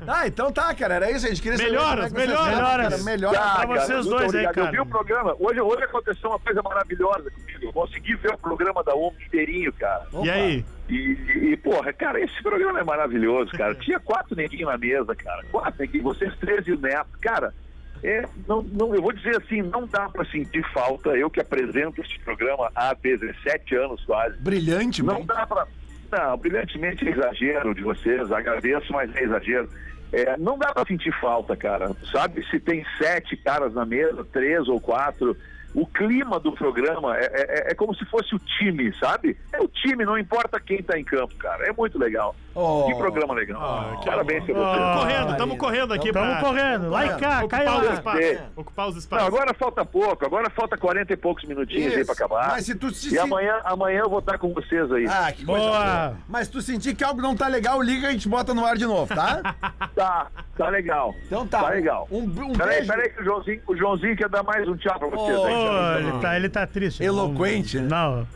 Speaker 2: Ah, então tá, cara. Era isso. A gente queria
Speaker 4: Melhoras,
Speaker 2: como é que vocês
Speaker 3: melhoras. Tá
Speaker 2: estavam, cara. Melhoras.
Speaker 5: Ah,
Speaker 3: pra vocês
Speaker 5: muito
Speaker 3: dois aí,
Speaker 5: obrigado.
Speaker 3: cara.
Speaker 5: Eu vi o programa. Hoje, hoje aconteceu uma coisa maravilhosa comigo. Eu consegui ver o programa da ONU inteirinho, cara.
Speaker 4: E aí?
Speaker 5: E, e, e, porra, cara, esse programa é maravilhoso, cara. Tinha quatro neguinhos na mesa, cara. Quatro neguinhos, vocês três e o Neto. Cara, é, não, não, eu vou dizer assim, não dá pra sentir falta. Eu que apresento esse programa há 17 anos quase.
Speaker 2: Brilhante,
Speaker 5: Não
Speaker 2: mano.
Speaker 5: dá pra. Não, brilhantemente é exagero de vocês, agradeço, mas é exagero. É, não dá pra sentir falta, cara. Sabe, se tem sete caras na mesa, três ou quatro, o clima do programa é, é- é como se fosse o time, sabe? É o time, não importa quem tá em campo, cara. É muito legal.
Speaker 2: Oh.
Speaker 5: que programa legal. Parabéns pra vocês.
Speaker 3: Ah,
Speaker 4: correndo, estamos correndo aqui
Speaker 3: Tamo
Speaker 4: pra
Speaker 3: correndo. Lá e cá, cai
Speaker 4: ocupar os
Speaker 3: lá.
Speaker 4: espaços.
Speaker 5: É.
Speaker 4: Ocupar os espaços.
Speaker 5: Não, agora falta pouco, agora falta 40 e poucos minutinhos aí
Speaker 2: Isso.
Speaker 5: pra acabar.
Speaker 2: Mas se tu se
Speaker 5: E amanhã, amanhã eu vou estar com vocês aí.
Speaker 2: Ah, que coisa
Speaker 3: Boa.
Speaker 2: boa. Mas tu sentir que algo não tá legal, liga e a gente bota no ar de novo, tá?
Speaker 3: *laughs*
Speaker 5: Tá, tá legal.
Speaker 2: Então tá.
Speaker 5: Tá legal.
Speaker 2: Um, um
Speaker 5: Peraí,
Speaker 2: beijo.
Speaker 5: peraí, que o Joãozinho, o Joãozinho quer dar mais um tchau pra vocês. aí,
Speaker 3: Pô,
Speaker 5: cara.
Speaker 3: ele tá, ele tá triste.
Speaker 2: Eloquente, né?
Speaker 3: Não.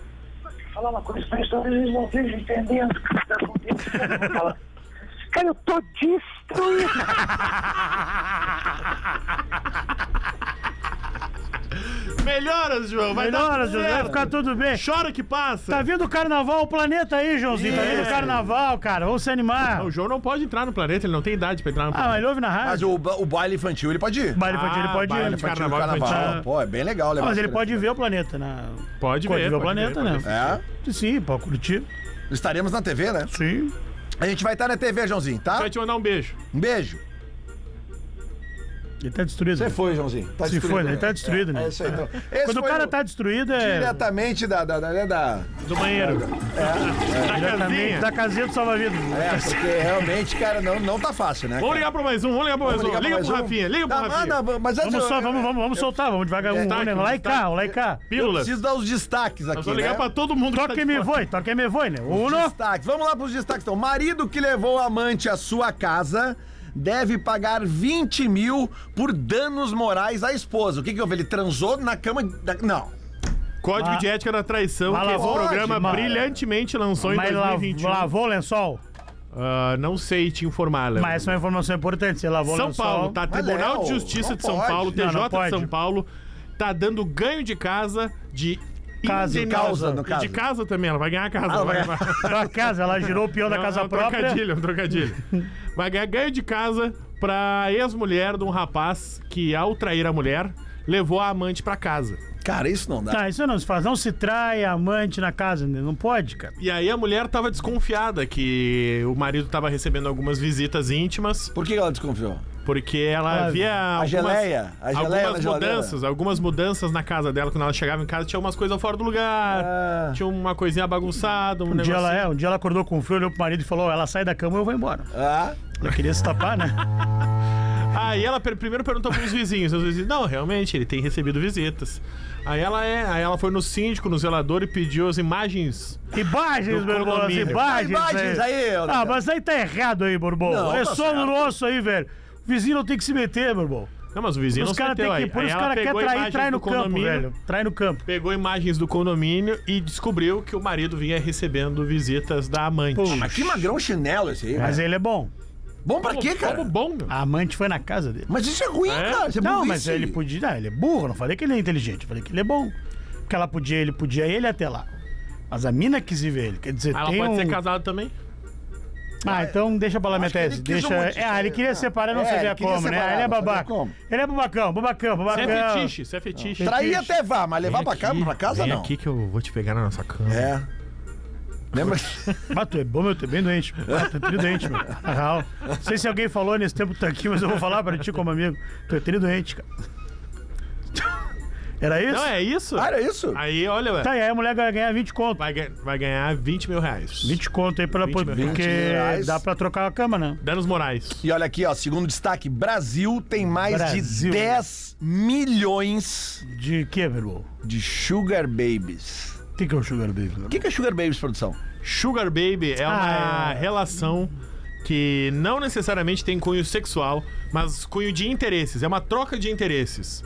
Speaker 6: falar uma coisa pra eles, talvez eles não estejam entendendo o que está acontecendo. Eu vou falar, Cara, eu tô destruído.
Speaker 4: Melhoras, João. Vai
Speaker 3: Melhoras,
Speaker 4: dar tudo
Speaker 3: José, vai
Speaker 4: certo.
Speaker 3: ficar tudo bem.
Speaker 4: Chora que passa.
Speaker 3: Tá vindo o carnaval, o planeta aí, Joãozinho. Tá vindo o carnaval, cara. Vamos se animar.
Speaker 4: Ah, O João não pode entrar no planeta, ele não tem idade pra entrar no
Speaker 3: Ah,
Speaker 4: planeta.
Speaker 3: mas ele ouve na
Speaker 2: Mas
Speaker 3: rádio.
Speaker 2: o, ba- o baile infantil ele pode ir.
Speaker 3: Baile infantil, ele
Speaker 4: Ah,
Speaker 3: pode
Speaker 4: baile
Speaker 3: ir.
Speaker 4: infantil,
Speaker 3: Mas
Speaker 2: Carnaval,
Speaker 4: carnaval,
Speaker 2: carnaval.
Speaker 4: infantil.
Speaker 2: Pô, é bem legal levar
Speaker 3: ele
Speaker 2: as
Speaker 3: pode ver o planeta, né? Pode
Speaker 4: Pode ver,
Speaker 3: ver o
Speaker 4: pode
Speaker 3: planeta,
Speaker 4: ver,
Speaker 3: né?
Speaker 4: pode ver.
Speaker 2: crianças.
Speaker 3: Sim, pode curtir.
Speaker 2: É. Estaremos na TV, né?
Speaker 3: Sim.
Speaker 2: A gente vai estar na TV, Joãozinho, tá?
Speaker 4: Vai te mandar um beijo.
Speaker 2: Um beijo.
Speaker 3: Ele tá destruído.
Speaker 2: Você foi, Joãozinho. Tá
Speaker 3: Se
Speaker 2: destruído,
Speaker 3: foi, né? Ele tá destruído,
Speaker 2: É,
Speaker 3: né?
Speaker 2: é isso aí, então. Esse
Speaker 3: Quando o
Speaker 2: foi
Speaker 3: cara tá destruído, é.
Speaker 2: Diretamente da. da, da, da-
Speaker 4: Do banheiro. Da
Speaker 3: Diretamente
Speaker 4: casinha.
Speaker 3: tá da casinha do salva-vidas.
Speaker 2: É, porque realmente, cara, não, não tá fácil, né?
Speaker 4: Vamos
Speaker 2: cara?
Speaker 4: ligar pro mais um, vamos ligar pro mais um.
Speaker 2: pra
Speaker 4: Liga
Speaker 2: mais
Speaker 4: pro
Speaker 2: um.
Speaker 4: Rafinha, liga pro
Speaker 2: Tá,
Speaker 4: Rafinha.
Speaker 2: nada, mas antes
Speaker 3: Vamos só,
Speaker 2: eu- É.
Speaker 3: vamos, vamos, vamos soltar, vamos devagar. Um,
Speaker 4: Destaque,
Speaker 3: um, lá e cá,
Speaker 4: destaque.
Speaker 3: lá e cá.
Speaker 4: Pílulas.
Speaker 2: Preciso dar os destaques aqui.
Speaker 4: Nós vamos ligar
Speaker 2: né?
Speaker 4: pra todo mundo que tá
Speaker 3: Toque
Speaker 4: de
Speaker 3: me
Speaker 4: fora.
Speaker 3: voe, toque me voe, né? Uno.
Speaker 2: Destaques. Vamos lá pros destaques. Então, marido que levou a amante à sua casa deve pagar 20 mil por danos morais à esposa. O que que houve? Ele transou na cama... da- Não.
Speaker 4: Código
Speaker 3: Mas-
Speaker 4: de ética da traição,
Speaker 3: Mas
Speaker 4: que esse
Speaker 3: lavou-
Speaker 4: programa
Speaker 3: mas-
Speaker 4: brilhantemente lançou em
Speaker 3: né? Mas la-
Speaker 4: 2021.
Speaker 3: lavou o lençol?
Speaker 4: Ah, não sei te informar, Léo.
Speaker 3: Mas essa é uma informação importante. Você lavou o
Speaker 4: São
Speaker 3: lençol.
Speaker 4: Paulo, tá? Tribunal
Speaker 2: Léo,
Speaker 4: de Justiça
Speaker 2: não
Speaker 4: de São
Speaker 2: pode.
Speaker 4: Paulo,
Speaker 3: um. Não,
Speaker 4: TJ
Speaker 3: não
Speaker 4: de
Speaker 3: pode.
Speaker 4: São Paulo, tá dando ganho de casa de
Speaker 3: Casa,
Speaker 4: indenização.
Speaker 2: causa, no
Speaker 4: E
Speaker 2: caso.
Speaker 4: de casa também, ela vai ganhar a casa.
Speaker 2: ela vai
Speaker 4: vai-
Speaker 3: *laughs* Tua casa, ela girou o peão da
Speaker 4: É um-
Speaker 3: casa
Speaker 4: é um
Speaker 3: própria.
Speaker 4: Trocadilho, é um trocadilho. Vai ganhar ganho de casa pra ex-mulher de um rapaz que, ao trair a mulher, levou a amante pra casa.
Speaker 2: Cara, isso não dá.
Speaker 3: Tá, isso não se faz. Não se trai amante na casa, né? não pode, cara.
Speaker 4: E aí a mulher tava desconfiada que o marido tava recebendo algumas visitas íntimas,
Speaker 2: Por que que ela desconfiou?
Speaker 4: porque ela
Speaker 3: Ah,
Speaker 4: havia
Speaker 2: A geleia. A geleia na
Speaker 4: algumas
Speaker 2: geladeira.
Speaker 4: mudanças, algumas mudanças na casa dela. Quando ela chegava em casa, tinha umas coisas fora do lugar,
Speaker 2: Ah.
Speaker 4: tinha uma coisinha bagunçada, um,
Speaker 3: Um dia,
Speaker 4: negócio.
Speaker 3: ela, é, um dia ela acordou com frio, olhou pro marido e falou: "Ó, ela sai da cama e eu vou embora.
Speaker 2: Ah,
Speaker 3: Ela queria se tapar, né?
Speaker 4: Aí ela per- primeiro perguntou pros vizinhos. Os vizinhos, não, realmente, ele tem recebido visitas. Aí ela é, aí ela foi no síndico, no zelador e pediu as imagens.
Speaker 3: Imagens,
Speaker 4: Do
Speaker 3: meu irmão, as
Speaker 4: condomínio.
Speaker 3: imagens.
Speaker 2: Imagens aí, ô,
Speaker 3: Ah,
Speaker 2: Ricardo.
Speaker 3: mas aí tá errado aí, Borbão.
Speaker 2: Não,
Speaker 3: é
Speaker 2: tá
Speaker 3: só
Speaker 2: certo.
Speaker 3: no nosso aí, velho. O vizinho não tem que se meter, Borbão.
Speaker 4: Não, mas o vizinho
Speaker 3: Os
Speaker 4: não
Speaker 3: caras
Speaker 4: se meteu
Speaker 3: têm que
Speaker 4: aí.
Speaker 3: pôr,
Speaker 4: Aí
Speaker 3: os
Speaker 4: ela
Speaker 3: caras querem
Speaker 4: pegou
Speaker 3: trair,
Speaker 4: imagens
Speaker 3: trai
Speaker 4: do
Speaker 3: no campo,
Speaker 4: condomínio,
Speaker 3: velho. Trai no campo.
Speaker 4: Pegou imagens do condomínio e descobriu que o marido vinha recebendo visitas da amante.
Speaker 3: Pô,
Speaker 2: mas que magrão chinelo esse aí.
Speaker 3: Mas
Speaker 2: cara.
Speaker 3: ele é bom.
Speaker 2: Bom pra quê, cara?
Speaker 4: Como bom, meu.
Speaker 3: A amante foi na casa dele.
Speaker 2: Mas isso é ruim,
Speaker 4: É?
Speaker 2: cara. Isso é
Speaker 3: não,
Speaker 2: burrice.
Speaker 3: mas ele podia. Não, ele é burro, não falei que ele é inteligente, falei que ele é bom. Porque ela podia, ele podia ele até lá. Mas a mina quis ir ver ele. Quer dizer,
Speaker 4: Ah, Ela
Speaker 3: tem
Speaker 4: pode
Speaker 3: um...
Speaker 4: ser casada também?
Speaker 3: Ah, então deixa pra lá minha
Speaker 2: Acho que ele
Speaker 3: tese.
Speaker 2: quis
Speaker 3: Deixa...
Speaker 2: um monte de
Speaker 3: É, ele
Speaker 2: coisa,
Speaker 3: queria
Speaker 2: né?
Speaker 3: separar, não
Speaker 2: É,
Speaker 3: sabia
Speaker 2: ele queria
Speaker 3: como, né?
Speaker 2: separar,
Speaker 3: Ele é
Speaker 2: não sabia
Speaker 3: babaca.
Speaker 2: como.
Speaker 3: Ele é babacão, babacão,
Speaker 4: Isso
Speaker 3: babacão.
Speaker 4: é fetiche, isso é fetiche.
Speaker 2: Trair até vá, mas levar pra, cá, pra casa
Speaker 4: Vem
Speaker 2: não.
Speaker 4: aqui que eu vou te pegar na nossa cama.
Speaker 2: É. Lembra? *laughs*
Speaker 3: Mas tu é bom, meu, tu é bem doente. Ah, tu é tridoente, meu. Na real. Não sei se alguém falou nesse tempo que tu tá aqui, mas eu vou falar pra ti como amigo. Tu é tridoente, cara. *laughs* Era isso?
Speaker 4: Não, é isso?
Speaker 2: Ah, era isso?
Speaker 4: Aí, olha, ué,
Speaker 3: Tá, e aí a mulher vai ganhar 20 conto.
Speaker 4: vai, ga- vai ganhar 20 mil reais.
Speaker 3: 20 conto aí pra ela
Speaker 4: 20
Speaker 3: poder.
Speaker 4: mil
Speaker 3: Porque
Speaker 2: reais.
Speaker 3: dá pra trocar a cama, né?
Speaker 4: Danos morais.
Speaker 2: E olha aqui, ó, segundo destaque, Brasil tem mais
Speaker 3: Brasil.
Speaker 2: de 10 milhões
Speaker 3: De quê, meu irmão?
Speaker 2: de sugar babies.
Speaker 3: O que, que é o Sugar Baby?
Speaker 2: O que, que é sugar babies, produção?
Speaker 4: Sugar Baby é uma
Speaker 3: Ah, é.
Speaker 4: relação que não necessariamente tem cunho sexual, mas cunho de interesses. É uma troca de interesses.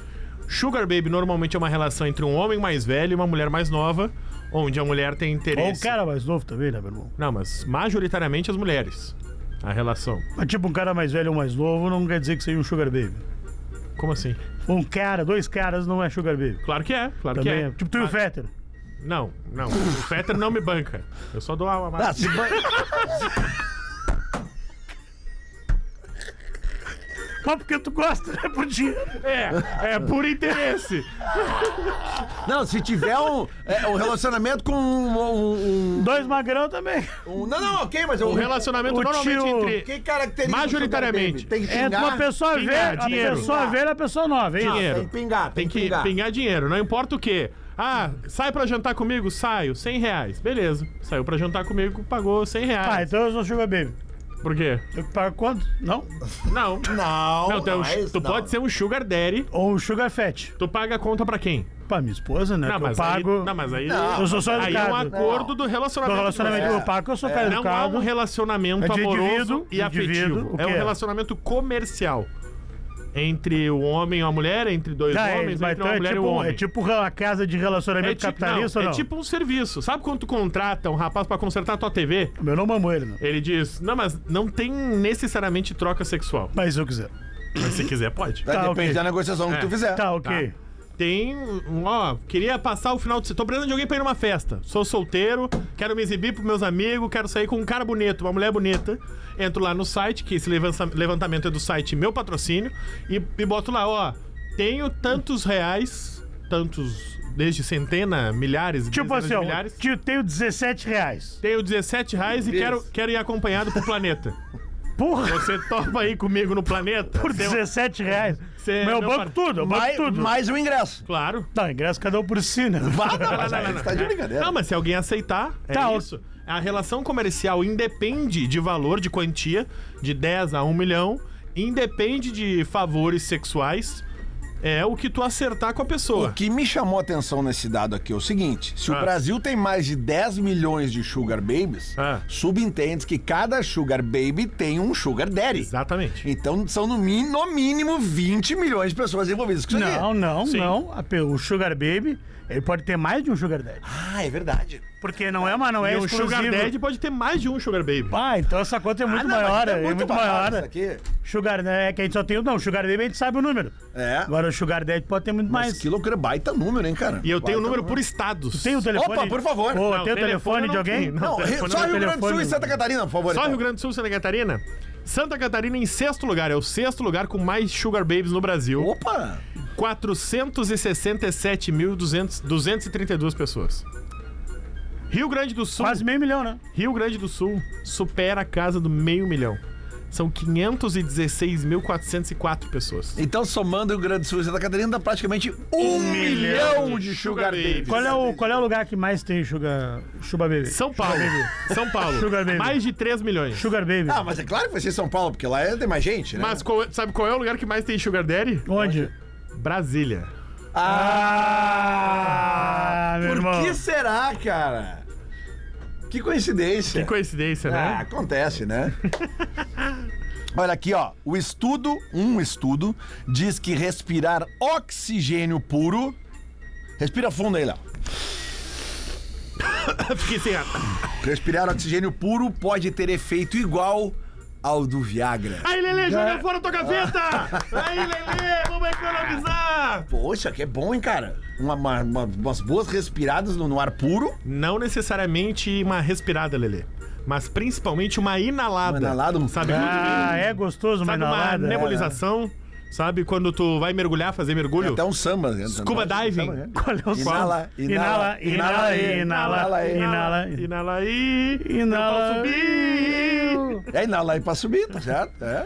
Speaker 4: Sugar Baby normalmente é uma relação entre um homem mais velho e uma mulher mais nova, onde a mulher tem
Speaker 3: Ou
Speaker 4: interesse.
Speaker 3: o cara mais novo também, né, meu irmão?
Speaker 4: Não, mas majoritariamente as mulheres. a relação.
Speaker 3: Mas tipo, um cara mais velho ou mais novo não quer dizer que seja um sugar baby.
Speaker 4: Como assim?
Speaker 3: Um cara, dois caras não é sugar baby.
Speaker 4: Claro que é, claro que
Speaker 3: Também
Speaker 4: é.
Speaker 3: é. Tipo, tu e o Fetter.
Speaker 4: Não, não. O Fetter não me banca. Eu só dou a
Speaker 2: Ah,
Speaker 4: uma
Speaker 2: se ban-
Speaker 3: Só porque tu gosta, né? Por dinheiro.
Speaker 4: É, é por interesse.
Speaker 2: Não, se tiver um, é, um relacionamento com um, um- um-
Speaker 3: Dois magrão também.
Speaker 2: um- Não, não, ok, mas é um
Speaker 4: O relacionamento
Speaker 3: O
Speaker 4: normalmente
Speaker 3: tio-
Speaker 4: entre
Speaker 2: Que caracteriza
Speaker 4: Majoritariamente.
Speaker 2: o sugar baby? Tem que
Speaker 3: Entre
Speaker 2: pingar.
Speaker 3: É uma pessoa
Speaker 4: pingar,
Speaker 3: velha, a
Speaker 4: dinheiro.
Speaker 3: pessoa velha e a pessoa nova, é isso?
Speaker 4: dinheiro.
Speaker 2: Tem que pingar, tem,
Speaker 4: Tem que pingar. dinheiro, não importa o quê. Ah, sai pra jantar comigo? Saio, 100 reais. Beleza. Saiu pra jantar comigo, pagou 100
Speaker 3: Ah,
Speaker 4: reais.
Speaker 3: então eu sou sugar baby.
Speaker 4: Por quê?
Speaker 3: Eu que pago quanto? Não?
Speaker 4: Não.
Speaker 2: Não,
Speaker 4: Não, tu, é um-
Speaker 2: não é isso,
Speaker 4: tu
Speaker 2: não.
Speaker 4: pode ser um sugar daddy,
Speaker 3: Ou um sugar fat?
Speaker 4: tu paga a conta pra quem?
Speaker 3: Pra minha esposa, né?
Speaker 4: Não,
Speaker 3: que
Speaker 4: mas
Speaker 3: eu pago.
Speaker 4: aí... Não, mas aí...
Speaker 3: Eu sou só
Speaker 4: Aí é
Speaker 3: educado.
Speaker 4: um acordo do
Speaker 3: Do
Speaker 4: relacionamento. de
Speaker 3: relacionamento
Speaker 4: vocês.
Speaker 3: eu pago, eu sou cara
Speaker 4: Não há
Speaker 3: educado.
Speaker 4: um relacionamento
Speaker 3: É de
Speaker 4: amoroso
Speaker 3: indivíduo,
Speaker 4: e
Speaker 3: indivíduo,
Speaker 4: afetivo.
Speaker 3: o
Speaker 4: É um
Speaker 3: quê?
Speaker 4: relacionamento comercial. Entre o homem e a mulher, entre dois
Speaker 3: Tá, é,
Speaker 4: homens,
Speaker 3: mas
Speaker 4: entre
Speaker 3: então
Speaker 4: uma
Speaker 3: é
Speaker 4: mulher
Speaker 3: tipo,
Speaker 4: e um
Speaker 3: um-
Speaker 4: homem.
Speaker 3: é tipo a casa de relacionamento
Speaker 4: É tipo-
Speaker 3: capitalista
Speaker 4: não,
Speaker 3: ou
Speaker 4: é
Speaker 3: não?
Speaker 4: tipo um serviço. Sabe quando tu contrata um rapaz pra consertar tua TV?
Speaker 3: Eu não mamo ele, não.
Speaker 4: Ele diz, não, mas não tem necessariamente troca sexual.
Speaker 3: Mas se eu quiser.
Speaker 4: Mas se quiser, pode.
Speaker 2: Vai,
Speaker 3: Tá,
Speaker 2: Depende
Speaker 3: ok.
Speaker 2: da negociação que
Speaker 4: É.
Speaker 2: tu fizer.
Speaker 3: Tá, ok.
Speaker 4: Tem um, ó, queria passar o final de... Tô precisando de alguém pra ir numa festa. Sou solteiro, quero me exibir pros meus amigos, quero sair com um cara bonito, uma mulher bonita. Entro lá no site, que esse levança- levantamento é do site Meu Patrocínio, e, e boto lá, ó, tenho tantos reais, tantos, desde centena, milhares,
Speaker 3: Tipo
Speaker 4: dezenas
Speaker 3: assim,
Speaker 4: de
Speaker 3: ó,
Speaker 4: milhares.
Speaker 3: tio, tenho 17 reais.
Speaker 4: Tenho 17 reais e quero, quero ir acompanhado pro planeta.
Speaker 3: Porra,
Speaker 4: Você *laughs* topa aí comigo no planeta?
Speaker 3: *laughs*
Speaker 4: é
Speaker 3: por
Speaker 4: Seu-
Speaker 3: 17 reais.
Speaker 4: Cê-
Speaker 3: Meu
Speaker 4: é meu
Speaker 3: banco
Speaker 4: par-
Speaker 3: tudo, eu banco
Speaker 2: Mais,
Speaker 3: tudo.
Speaker 2: mais um ingresso.
Speaker 4: Claro.
Speaker 3: Tá, ingresso cada um por si, né?
Speaker 2: Ah, não, mas
Speaker 4: não,
Speaker 2: aí
Speaker 4: não,
Speaker 2: tu tá de brincadeira.
Speaker 4: Não, Ah, mas se alguém aceitar, é
Speaker 3: É. Tá, ó.
Speaker 4: isso. A relação comercial independe de valor, de quantia, de 10 a 1 milhão, independe de favores sexuais, é o que tu acertar com a
Speaker 2: O
Speaker 4: pessoa.
Speaker 2: que me chamou a atenção nesse dado aqui é o seguinte: se
Speaker 4: Ah.
Speaker 2: o Brasil tem mais de 10 milhões de sugar babies,
Speaker 4: Ah.
Speaker 2: subentende que cada sugar baby tem um sugar daddy.
Speaker 4: Exatamente.
Speaker 2: Então são no, mi- no mínimo 20 milhões de pessoas envolvidas com isso aqui.
Speaker 3: Não, não,
Speaker 4: Sim.
Speaker 3: não. A pe- O Sugar Baby, ele pode ter mais de um Sugar Daddy.
Speaker 2: Ah, é verdade.
Speaker 3: Porque não é uma, não é
Speaker 4: e um
Speaker 3: exclusivo.
Speaker 4: sugar daddy pode ter mais de um sugar baby.
Speaker 3: Ah, então essa conta é
Speaker 2: Ah,
Speaker 3: muito
Speaker 2: não, mas
Speaker 3: maior,
Speaker 2: tá
Speaker 3: é muito, maior.
Speaker 2: barato isso aqui.
Speaker 3: Sugar, né? É que a gente só tem o. Não, Sugar Baby a gente sabe o número.
Speaker 2: É.
Speaker 3: Agora o Sugar Daddy pode ter muito
Speaker 2: Mas,
Speaker 3: mais.
Speaker 2: que loucura, baita número, hein, cara?
Speaker 4: E eu tenho
Speaker 2: Baita
Speaker 4: o número
Speaker 2: número.
Speaker 4: por estados.
Speaker 3: Tem o telefone?
Speaker 2: Opa, por favor.
Speaker 3: Ô,
Speaker 4: Não,
Speaker 3: tem o telefone,
Speaker 4: telefone
Speaker 3: de
Speaker 4: não
Speaker 3: alguém?
Speaker 4: tem, não.
Speaker 2: Não,
Speaker 4: telefone
Speaker 2: re- só um
Speaker 4: no
Speaker 2: Rio Grande do Sul
Speaker 3: telefone.
Speaker 2: e Santa Catarina, por favor.
Speaker 4: Só
Speaker 2: então.
Speaker 4: Rio Grande do Sul, Santa Catarina. Santa Catarina em sexto lugar, é o sexto lugar com mais sugar babies no Brasil.
Speaker 2: Opa!
Speaker 4: 467.232 pessoas. Rio Grande do
Speaker 2: um
Speaker 4: Sul,
Speaker 3: Quase meio milhão, né?
Speaker 4: Rio Grande do Sul supera a casa do meio milhão. São 516.404 pessoas.
Speaker 2: Então, somando o Rio Grande do Sul e Santa Catarina, dá praticamente um, milhão, de sugar babies.
Speaker 3: Qual é, o, qual é o lugar que mais tem Sugar, sugar Baby?
Speaker 4: São Paulo. São Paulo.
Speaker 3: Sugar baby.
Speaker 4: Mais de 3 milhões.
Speaker 3: Sugar Baby.
Speaker 2: Ah, mas é claro que vai ser São Paulo, porque lá é- tem mais gente, né?
Speaker 4: Mas qual- sabe qual é o lugar que mais tem sugar daddy?
Speaker 3: Onde?
Speaker 4: Brasília.
Speaker 2: Ah,
Speaker 3: Ah, meu
Speaker 2: Por
Speaker 3: irmão.
Speaker 2: que será, cara? Que coincidência.
Speaker 3: É.
Speaker 4: Que coincidência,
Speaker 2: Ah,
Speaker 4: né?
Speaker 2: acontece, né? *laughs* Olha aqui, ó. O estudo, um estudo, diz que respirar oxigênio puro. Respira fundo aí, Léo.
Speaker 3: Ah.
Speaker 4: *laughs* Fiquei sem ar.
Speaker 2: Respirar oxigênio puro pode ter efeito igual ao do Viagra.
Speaker 4: Aí, Lelê,
Speaker 3: é.
Speaker 4: joga fora tua gaveta!
Speaker 3: Ah.
Speaker 4: Aí, Lelê, vamos economizar!
Speaker 2: Poxa, que é bom, hein, cara? Uma- uma- uma- umas boas respiradas no, no ar puro.
Speaker 4: Não necessariamente uma respirada, Lelê. Mas principalmente uma inalada.
Speaker 2: Uma inalada,
Speaker 4: sabe?
Speaker 3: Ah, é gostoso uma
Speaker 4: sabe uma
Speaker 3: inalada.
Speaker 4: nebulização, sabe? Quando tu vai mergulhar, fazer mergulho.
Speaker 2: Até um samba. né?
Speaker 4: Scuba diving.
Speaker 3: Qual é o som?
Speaker 2: Inala,
Speaker 3: Inala,
Speaker 2: inala,
Speaker 3: inala, aí,
Speaker 2: inala,
Speaker 3: inala, aí, inala, aí.
Speaker 4: Inala aí.
Speaker 3: Inala.
Speaker 4: Não posso subir.
Speaker 2: É, inala aí pra subir, tá certo? É.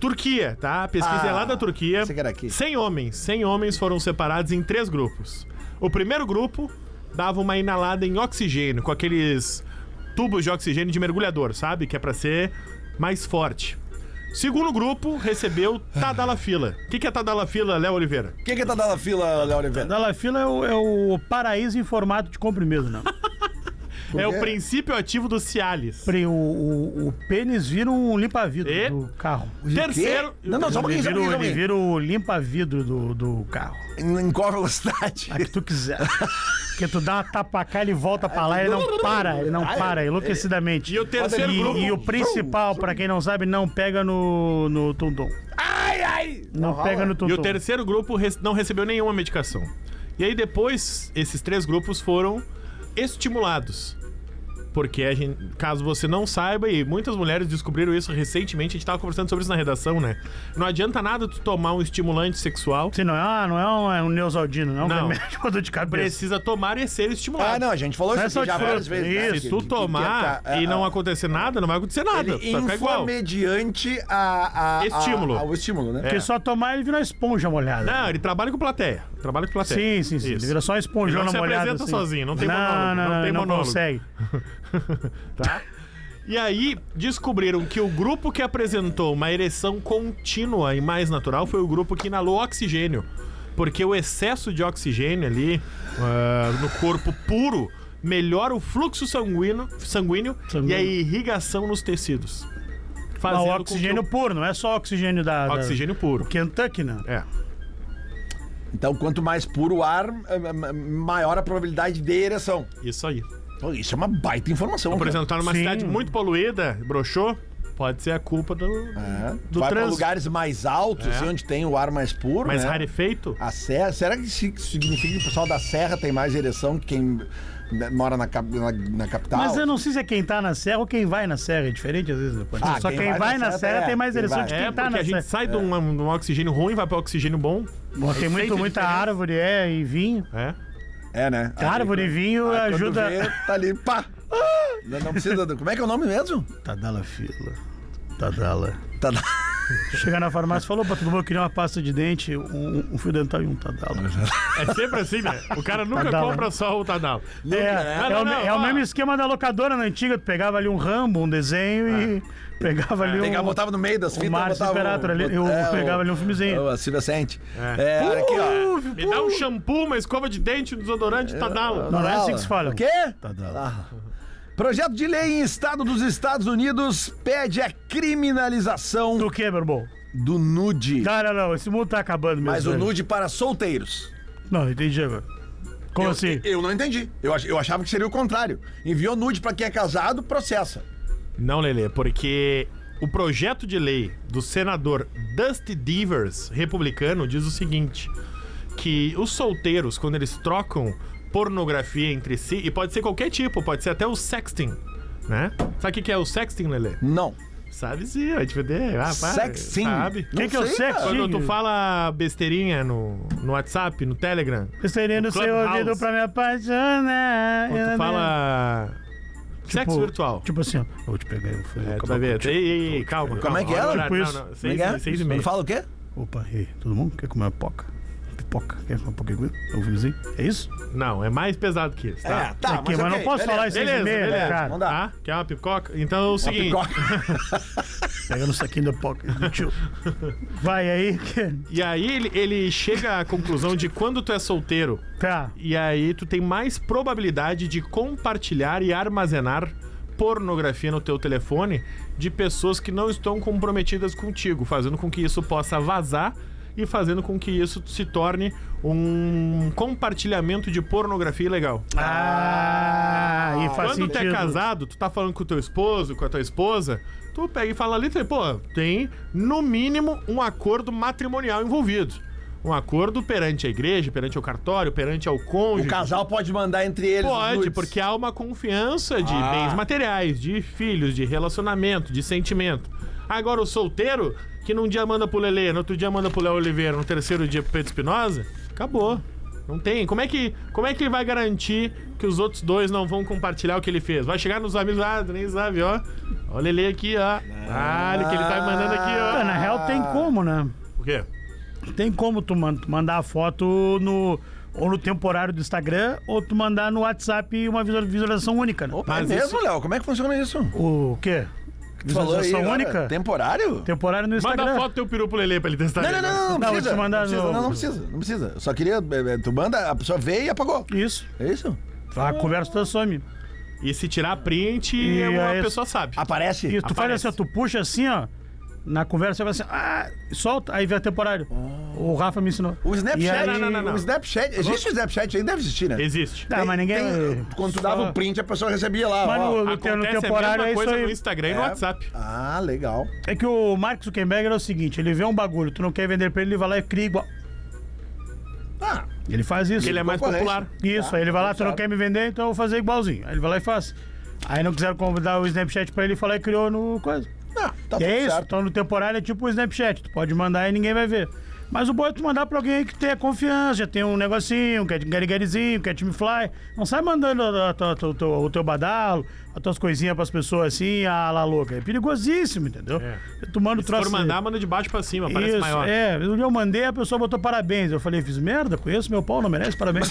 Speaker 4: Turquia, tá? A pesquisa
Speaker 2: Ah,
Speaker 4: é lá da Turquia.
Speaker 2: pensei que era aqui.
Speaker 4: 100 homens. 100 homens foram separados em três grupos. O primeiro grupo dava uma inalada em oxigênio, com aqueles tubos de oxigênio de mergulhador, sabe? Que é pra ser mais forte. Segundo grupo recebeu Tadalafila.
Speaker 2: Ah.
Speaker 4: O que, que é Tadalafila, Léo Oliveira?
Speaker 2: O que que tá dando a fila, Léo Oliveira?
Speaker 4: *laughs*
Speaker 3: Dalafila é o, é o paraíso em formato de comprimido, né?
Speaker 4: É o
Speaker 7: quê?
Speaker 4: princípio ativo do Cialis.
Speaker 3: Pri- O, o, o pênis vira um limpa-vidro
Speaker 4: E?
Speaker 3: do carro.
Speaker 4: Terceiro.
Speaker 2: Não, não, só um pouquinho, só um
Speaker 3: Ele vira, o-
Speaker 2: pouquinho, só um
Speaker 3: ele
Speaker 2: pouquinho.
Speaker 3: vira o limpa-vidro do, do carro.
Speaker 2: Em qual velocidade?
Speaker 4: *laughs* É
Speaker 3: A que tu *laughs* quiser. Porque tu dá uma tapa cá, ele volta pra lá, ele
Speaker 4: *laughs*
Speaker 3: não para, ele não para, enlouquecidamente.
Speaker 4: é. E o terceiro
Speaker 3: E-
Speaker 4: grupo?
Speaker 3: E o principal, pra quem não sabe, não pega no, no tundum.
Speaker 2: Ai, ai!
Speaker 3: Não pega no
Speaker 4: E
Speaker 3: tundum.
Speaker 4: o terceiro grupo res- não recebeu nenhuma medicação. E aí depois, esses três grupos foram estimulados. Porque, a gente, caso você não saiba, e muitas mulheres descobriram isso recentemente, a gente tava conversando sobre isso na redação, né? Não adianta nada tu tomar um estimulante sexual,
Speaker 3: Se não é, ah, não é um, é um neosaldino, não.
Speaker 4: Não.
Speaker 3: não. Remédio *laughs* pra dor de cabeça.
Speaker 4: precisa tomar e ser estimulado.
Speaker 2: Ah, não, a gente falou
Speaker 3: Não é
Speaker 2: isso
Speaker 3: só
Speaker 2: aqui já
Speaker 3: de
Speaker 2: várias
Speaker 3: fruta,
Speaker 2: vezes. né?
Speaker 3: isso,
Speaker 4: Se
Speaker 2: Que-
Speaker 4: tu
Speaker 2: que- que
Speaker 4: tomar
Speaker 2: tenta-
Speaker 4: e
Speaker 2: ah,
Speaker 4: não
Speaker 2: ah,
Speaker 4: acontecer nada, não vai acontecer
Speaker 2: Ele
Speaker 4: nada. vai ficar
Speaker 2: infla
Speaker 4: igual.
Speaker 2: mediante a, a- a-
Speaker 4: Estímulo.
Speaker 2: ao estímulo, né?
Speaker 3: Porque
Speaker 4: É.
Speaker 3: só tomar ele vira uma esponja molhada.
Speaker 4: Não, ele trabalha com plateia. Trabalha com
Speaker 3: Sim,
Speaker 4: plateia.
Speaker 3: sim, sim. Ele
Speaker 4: Isso.
Speaker 3: vira só uma esponjona
Speaker 4: Ele não se
Speaker 3: molhada. assim.
Speaker 4: apresenta sozinho, não tem
Speaker 3: não,
Speaker 4: monólogo,
Speaker 3: Não, não,
Speaker 4: não tem
Speaker 3: ele não
Speaker 4: monólogo.
Speaker 3: consegue.
Speaker 4: tá? E aí, descobriram que o grupo que apresentou uma ereção contínua e mais natural foi o grupo que inalou oxigênio. Porque o excesso de oxigênio ali ah, no corpo puro melhora o fluxo sanguíneo, sanguíneo e
Speaker 3: Sanguíneo.
Speaker 4: a irrigação nos tecidos.
Speaker 3: Não,
Speaker 4: Fazendo com que
Speaker 3: oxigênio puro, não é só oxigênio da.
Speaker 4: o
Speaker 3: da-
Speaker 4: oxigênio puro.
Speaker 3: Kentucky, não.
Speaker 4: É.
Speaker 2: Então, quanto mais puro o ar, eh, eh, maior a probabilidade de ereção.
Speaker 4: Isso aí.
Speaker 2: Pô, isso é uma baita informação.
Speaker 4: Por
Speaker 2: cara.
Speaker 4: exemplo, tá numa
Speaker 3: Sim.
Speaker 4: cidade muito poluída, broxou, pode ser a culpa do,
Speaker 2: É.
Speaker 4: do
Speaker 2: Vai pra
Speaker 4: trânsito.
Speaker 2: lugares mais altos,
Speaker 3: É.
Speaker 2: assim, onde tem o ar mais puro.
Speaker 4: Mas
Speaker 2: né?
Speaker 4: rarefeito?
Speaker 2: A serra, será que isso significa que o pessoal da serra tem mais ereção que quem né, mora na, cap- na- na capital?
Speaker 3: Mas eu não sei se é quem tá na serra ou quem vai na serra. É diferente às vezes depois.
Speaker 2: Ah,
Speaker 3: Só quem, vai na serra
Speaker 2: é,
Speaker 3: tem mais
Speaker 2: quem
Speaker 3: ereção
Speaker 2: vai.
Speaker 3: de quem
Speaker 4: É,
Speaker 3: tá
Speaker 4: porque
Speaker 3: na
Speaker 4: a gente
Speaker 3: serra.
Speaker 4: sai de um, de um oxigênio ruim, vai para oxigênio bom.
Speaker 3: Bom, tem muito,
Speaker 4: Sente
Speaker 3: muita
Speaker 4: diferença.
Speaker 3: árvore, é, e vinho.
Speaker 4: É.
Speaker 2: É, né? Aí,
Speaker 3: Árvore e vinho
Speaker 2: aí, quando
Speaker 3: ajuda.
Speaker 2: vê, tá ali, pá! Não, não precisa. do- Como é que é o nome mesmo?
Speaker 3: Tadala fila. Tadala.
Speaker 2: Tá na-
Speaker 3: Chega na farmácia e falou, pra tudo bom, eu queria uma pasta de dente, um, um fio dental e um tadala.
Speaker 4: É sempre assim, né? O cara nunca
Speaker 3: Tadala.
Speaker 4: compra só o Tadal.
Speaker 3: É,
Speaker 4: né?
Speaker 3: é
Speaker 4: Não,
Speaker 3: o,
Speaker 4: não,
Speaker 3: me- é o
Speaker 4: ó.
Speaker 3: mesmo esquema da locadora na antiga, tu pegava ali um rambo, um desenho e pegava ali
Speaker 2: Pegava,
Speaker 3: um...
Speaker 2: botava no meio das
Speaker 3: o
Speaker 2: fitas.
Speaker 3: Márcio
Speaker 2: botava é,
Speaker 3: Imperator ali, eu pegava ali um filmezinho.
Speaker 2: o- A Silvia Sente.
Speaker 4: É.
Speaker 2: É, olha aqui, ó.
Speaker 4: Me dá um shampoo, uma escova de dente, um desodorante, Tadal.
Speaker 3: Não, não é assim que se fala.
Speaker 2: Tá O quê? Ah. Projeto de lei em estado dos Estados Unidos pede a criminalização
Speaker 3: Do que, meu irmão?
Speaker 2: do nude.
Speaker 3: Não, não, não, esse mundo tá acabando mesmo.
Speaker 2: Mas o
Speaker 3: velho.
Speaker 2: nude para solteiros.
Speaker 3: Não, entendi agora. Como
Speaker 2: eu,
Speaker 3: assim?
Speaker 2: Eu não entendi. Eu, ach- eu achava que seria o contrário. Enviou nude pra quem é casado, processa.
Speaker 4: Não, Lelê, porque o projeto de lei do senador Dusty Devers, republicano, diz o seguinte: que os solteiros, quando eles trocam pornografia entre si, e pode ser qualquer tipo, pode ser até o sexting, né? Sabe o que que é o sexting, Lelê?
Speaker 2: Não.
Speaker 4: Sabe sim, vai te fuder. Ah, pá,
Speaker 2: Sexting.
Speaker 4: Sabe?
Speaker 3: O que, que é o
Speaker 2: sei, cara.
Speaker 3: sexo?
Speaker 4: Quando tu
Speaker 3: Igor?
Speaker 4: fala besteirinha no, no WhatsApp, no Telegram,
Speaker 3: Eu serei no
Speaker 4: no
Speaker 3: seu
Speaker 4: Clubhouse.
Speaker 3: ouvido pra me apaixonar.
Speaker 4: quando
Speaker 3: Eu
Speaker 4: tu fala sexo
Speaker 3: Tipo-
Speaker 4: virtual.
Speaker 3: Tipo assim, ó. Eu vou te pegar, eu falei.
Speaker 4: é, tu vai ver. Ei, ei, ei, calma.
Speaker 2: Como é que é?
Speaker 4: Olha o
Speaker 3: Tipo
Speaker 4: horário.
Speaker 3: isso. Tipo,
Speaker 4: Não,
Speaker 2: Como
Speaker 4: não,
Speaker 2: é
Speaker 4: seis,
Speaker 2: que é?
Speaker 4: seis e
Speaker 2: Ele
Speaker 4: meia.
Speaker 2: fala o quê?
Speaker 3: Opa, ei, todo mundo quer comer uma poca? Pipoca? Quer comer uma poca comigo? É um filmezinho? É isso?
Speaker 4: Não, é mais pesado que isso, tá?
Speaker 2: tá,
Speaker 3: Aqui, mas, não posso falar isso
Speaker 4: Beleza,
Speaker 3: em meia,
Speaker 4: beleza.
Speaker 3: cara.
Speaker 2: Não dá.
Speaker 4: Tá? Quer uma pipoca? Então é
Speaker 2: Tá,
Speaker 4: o seguinte.
Speaker 3: Pega no saquinho da poca do tio. Vai aí. que-
Speaker 4: E aí ele, ele chega à conclusão de quando tu é solteiro
Speaker 3: Tá.
Speaker 4: e aí tu tem mais probabilidade de compartilhar e armazenar pornografia no teu telefone de pessoas que não estão comprometidas contigo, fazendo com que isso possa vazar e fazendo com que isso se torne um compartilhamento de pornografia ilegal.
Speaker 3: Ah, e faz
Speaker 4: Quando tu é
Speaker 3: sentido.
Speaker 4: casado, tu tá falando com o teu esposo, com a tua esposa, tu pega e fala ali, tu- pô, tem no mínimo um acordo matrimonial envolvido. Um acordo perante a igreja, perante o cartório, perante
Speaker 2: *laughs*
Speaker 4: ao
Speaker 2: O
Speaker 4: cônjuge.
Speaker 2: casal pode mandar entre eles. os
Speaker 4: Pode,
Speaker 2: nudes. Ah.
Speaker 4: porque há uma confiança de bens materiais, de filhos, de relacionamento, de sentimento. Agora, o solteiro, que num dia manda pro Lelê, no outro dia manda pro Léo Oliveira, no terceiro dia pro Pedro Espinosa, acabou. Não tem. Como é, que, como é que ele vai garantir que os outros dois não vão compartilhar o que ele fez? Vai chegar nos amigos, ah, tu nem sabe, ó. Ó o Lelê aqui, ó. Ah, olha o que ele tá me mandando aqui, ó.
Speaker 3: Ah, Na real, tem como, né?
Speaker 4: O quê?
Speaker 3: Tem como tu man- tu mandar a foto no. Ou no temporário do Instagram, ou tu mandar no WhatsApp uma visual- visualização única, né?
Speaker 2: Opa,
Speaker 4: Mas
Speaker 2: é mesmo,
Speaker 4: isso-
Speaker 2: Léo? Como é que funciona isso?
Speaker 3: O quê? Visualização
Speaker 2: olha,
Speaker 3: única?
Speaker 2: Temporário?
Speaker 3: Temporário no Instagram.
Speaker 4: Manda a foto do teu peru pro Lelê pra ele testar.
Speaker 2: Não,
Speaker 4: ele,
Speaker 2: não, não, não,
Speaker 3: Não,
Speaker 4: né?
Speaker 2: não
Speaker 3: vou
Speaker 2: precisa.
Speaker 3: te
Speaker 2: Não,
Speaker 3: mandar
Speaker 2: precisa,
Speaker 3: no-
Speaker 2: não, não precisa, não precisa. é, Só queria. eh, eh, Tu manda, a pessoa veio e apagou.
Speaker 3: Isso.
Speaker 2: É isso?
Speaker 3: A conversa toda some.
Speaker 4: E se tirar print,
Speaker 3: E é
Speaker 4: a
Speaker 3: aí-
Speaker 4: pessoa sabe.
Speaker 2: Aparece?
Speaker 3: E tu faz
Speaker 4: Aparece.
Speaker 3: assim, ó, tu puxa assim, ó. Na conversa você vai assim, ah, solta, aí vem temporário. O Rafa me ensinou.
Speaker 2: Oh. O Snapchat, né,
Speaker 3: E aí-
Speaker 4: Não, não, não.
Speaker 2: o Snapchat, existe o Snapchat ainda deve existir, né?
Speaker 4: Existe.
Speaker 3: Tá, mas ninguém.
Speaker 2: Tem-
Speaker 4: é-
Speaker 2: quando tu dava o print, a pessoa recebia lá.
Speaker 3: Mas
Speaker 2: ó.
Speaker 3: no, no, teu- no
Speaker 4: Acontece a
Speaker 3: temporário
Speaker 4: mesma
Speaker 3: é isso
Speaker 4: coisa no
Speaker 3: aí.
Speaker 4: Instagram e no
Speaker 2: É.
Speaker 4: WhatsApp.
Speaker 2: Ah, legal.
Speaker 3: É que o Mark Zuckerberg era o seguinte: ele vê um bagulho, tu não quer vender pra ele, ele vai lá e cria igual.
Speaker 2: Ah,
Speaker 3: Ele faz isso.
Speaker 4: Ele é mais
Speaker 2: Concorrência.
Speaker 4: popular.
Speaker 3: Isso, aí ele vai lá, tu não
Speaker 2: sabe.
Speaker 3: quer me vender, então eu vou fazer igualzinho. Aí ele vai lá e faz. Aí não quiseram convidar o Snapchat pra ele, foi lá e criou no coisa.
Speaker 2: não, tá
Speaker 3: E
Speaker 2: tudo
Speaker 3: é isso,
Speaker 2: certo.
Speaker 3: então no temporário é tipo o Snapchat, tu pode mandar e ninguém vai ver. Mas o bom é tu mandar pra alguém que tenha confiança, já tem um negocinho, quer garigarizinho, quer time fly. Não sai mandando a- a- a- o teu- o teu badalo, as tuas coisinhas pras pessoas assim, a la louca. É perigosíssimo, entendeu?
Speaker 4: É.
Speaker 3: Tu manda o
Speaker 4: Se for
Speaker 3: troço.
Speaker 4: mandar, manda de baixo pra cima, parece
Speaker 3: Isso,
Speaker 4: maior.
Speaker 3: é. Um dia eu mandei, a pessoa botou parabéns. Eu falei, fiz merda, conheço meu pau, não merece
Speaker 4: *laughs*
Speaker 3: parabéns.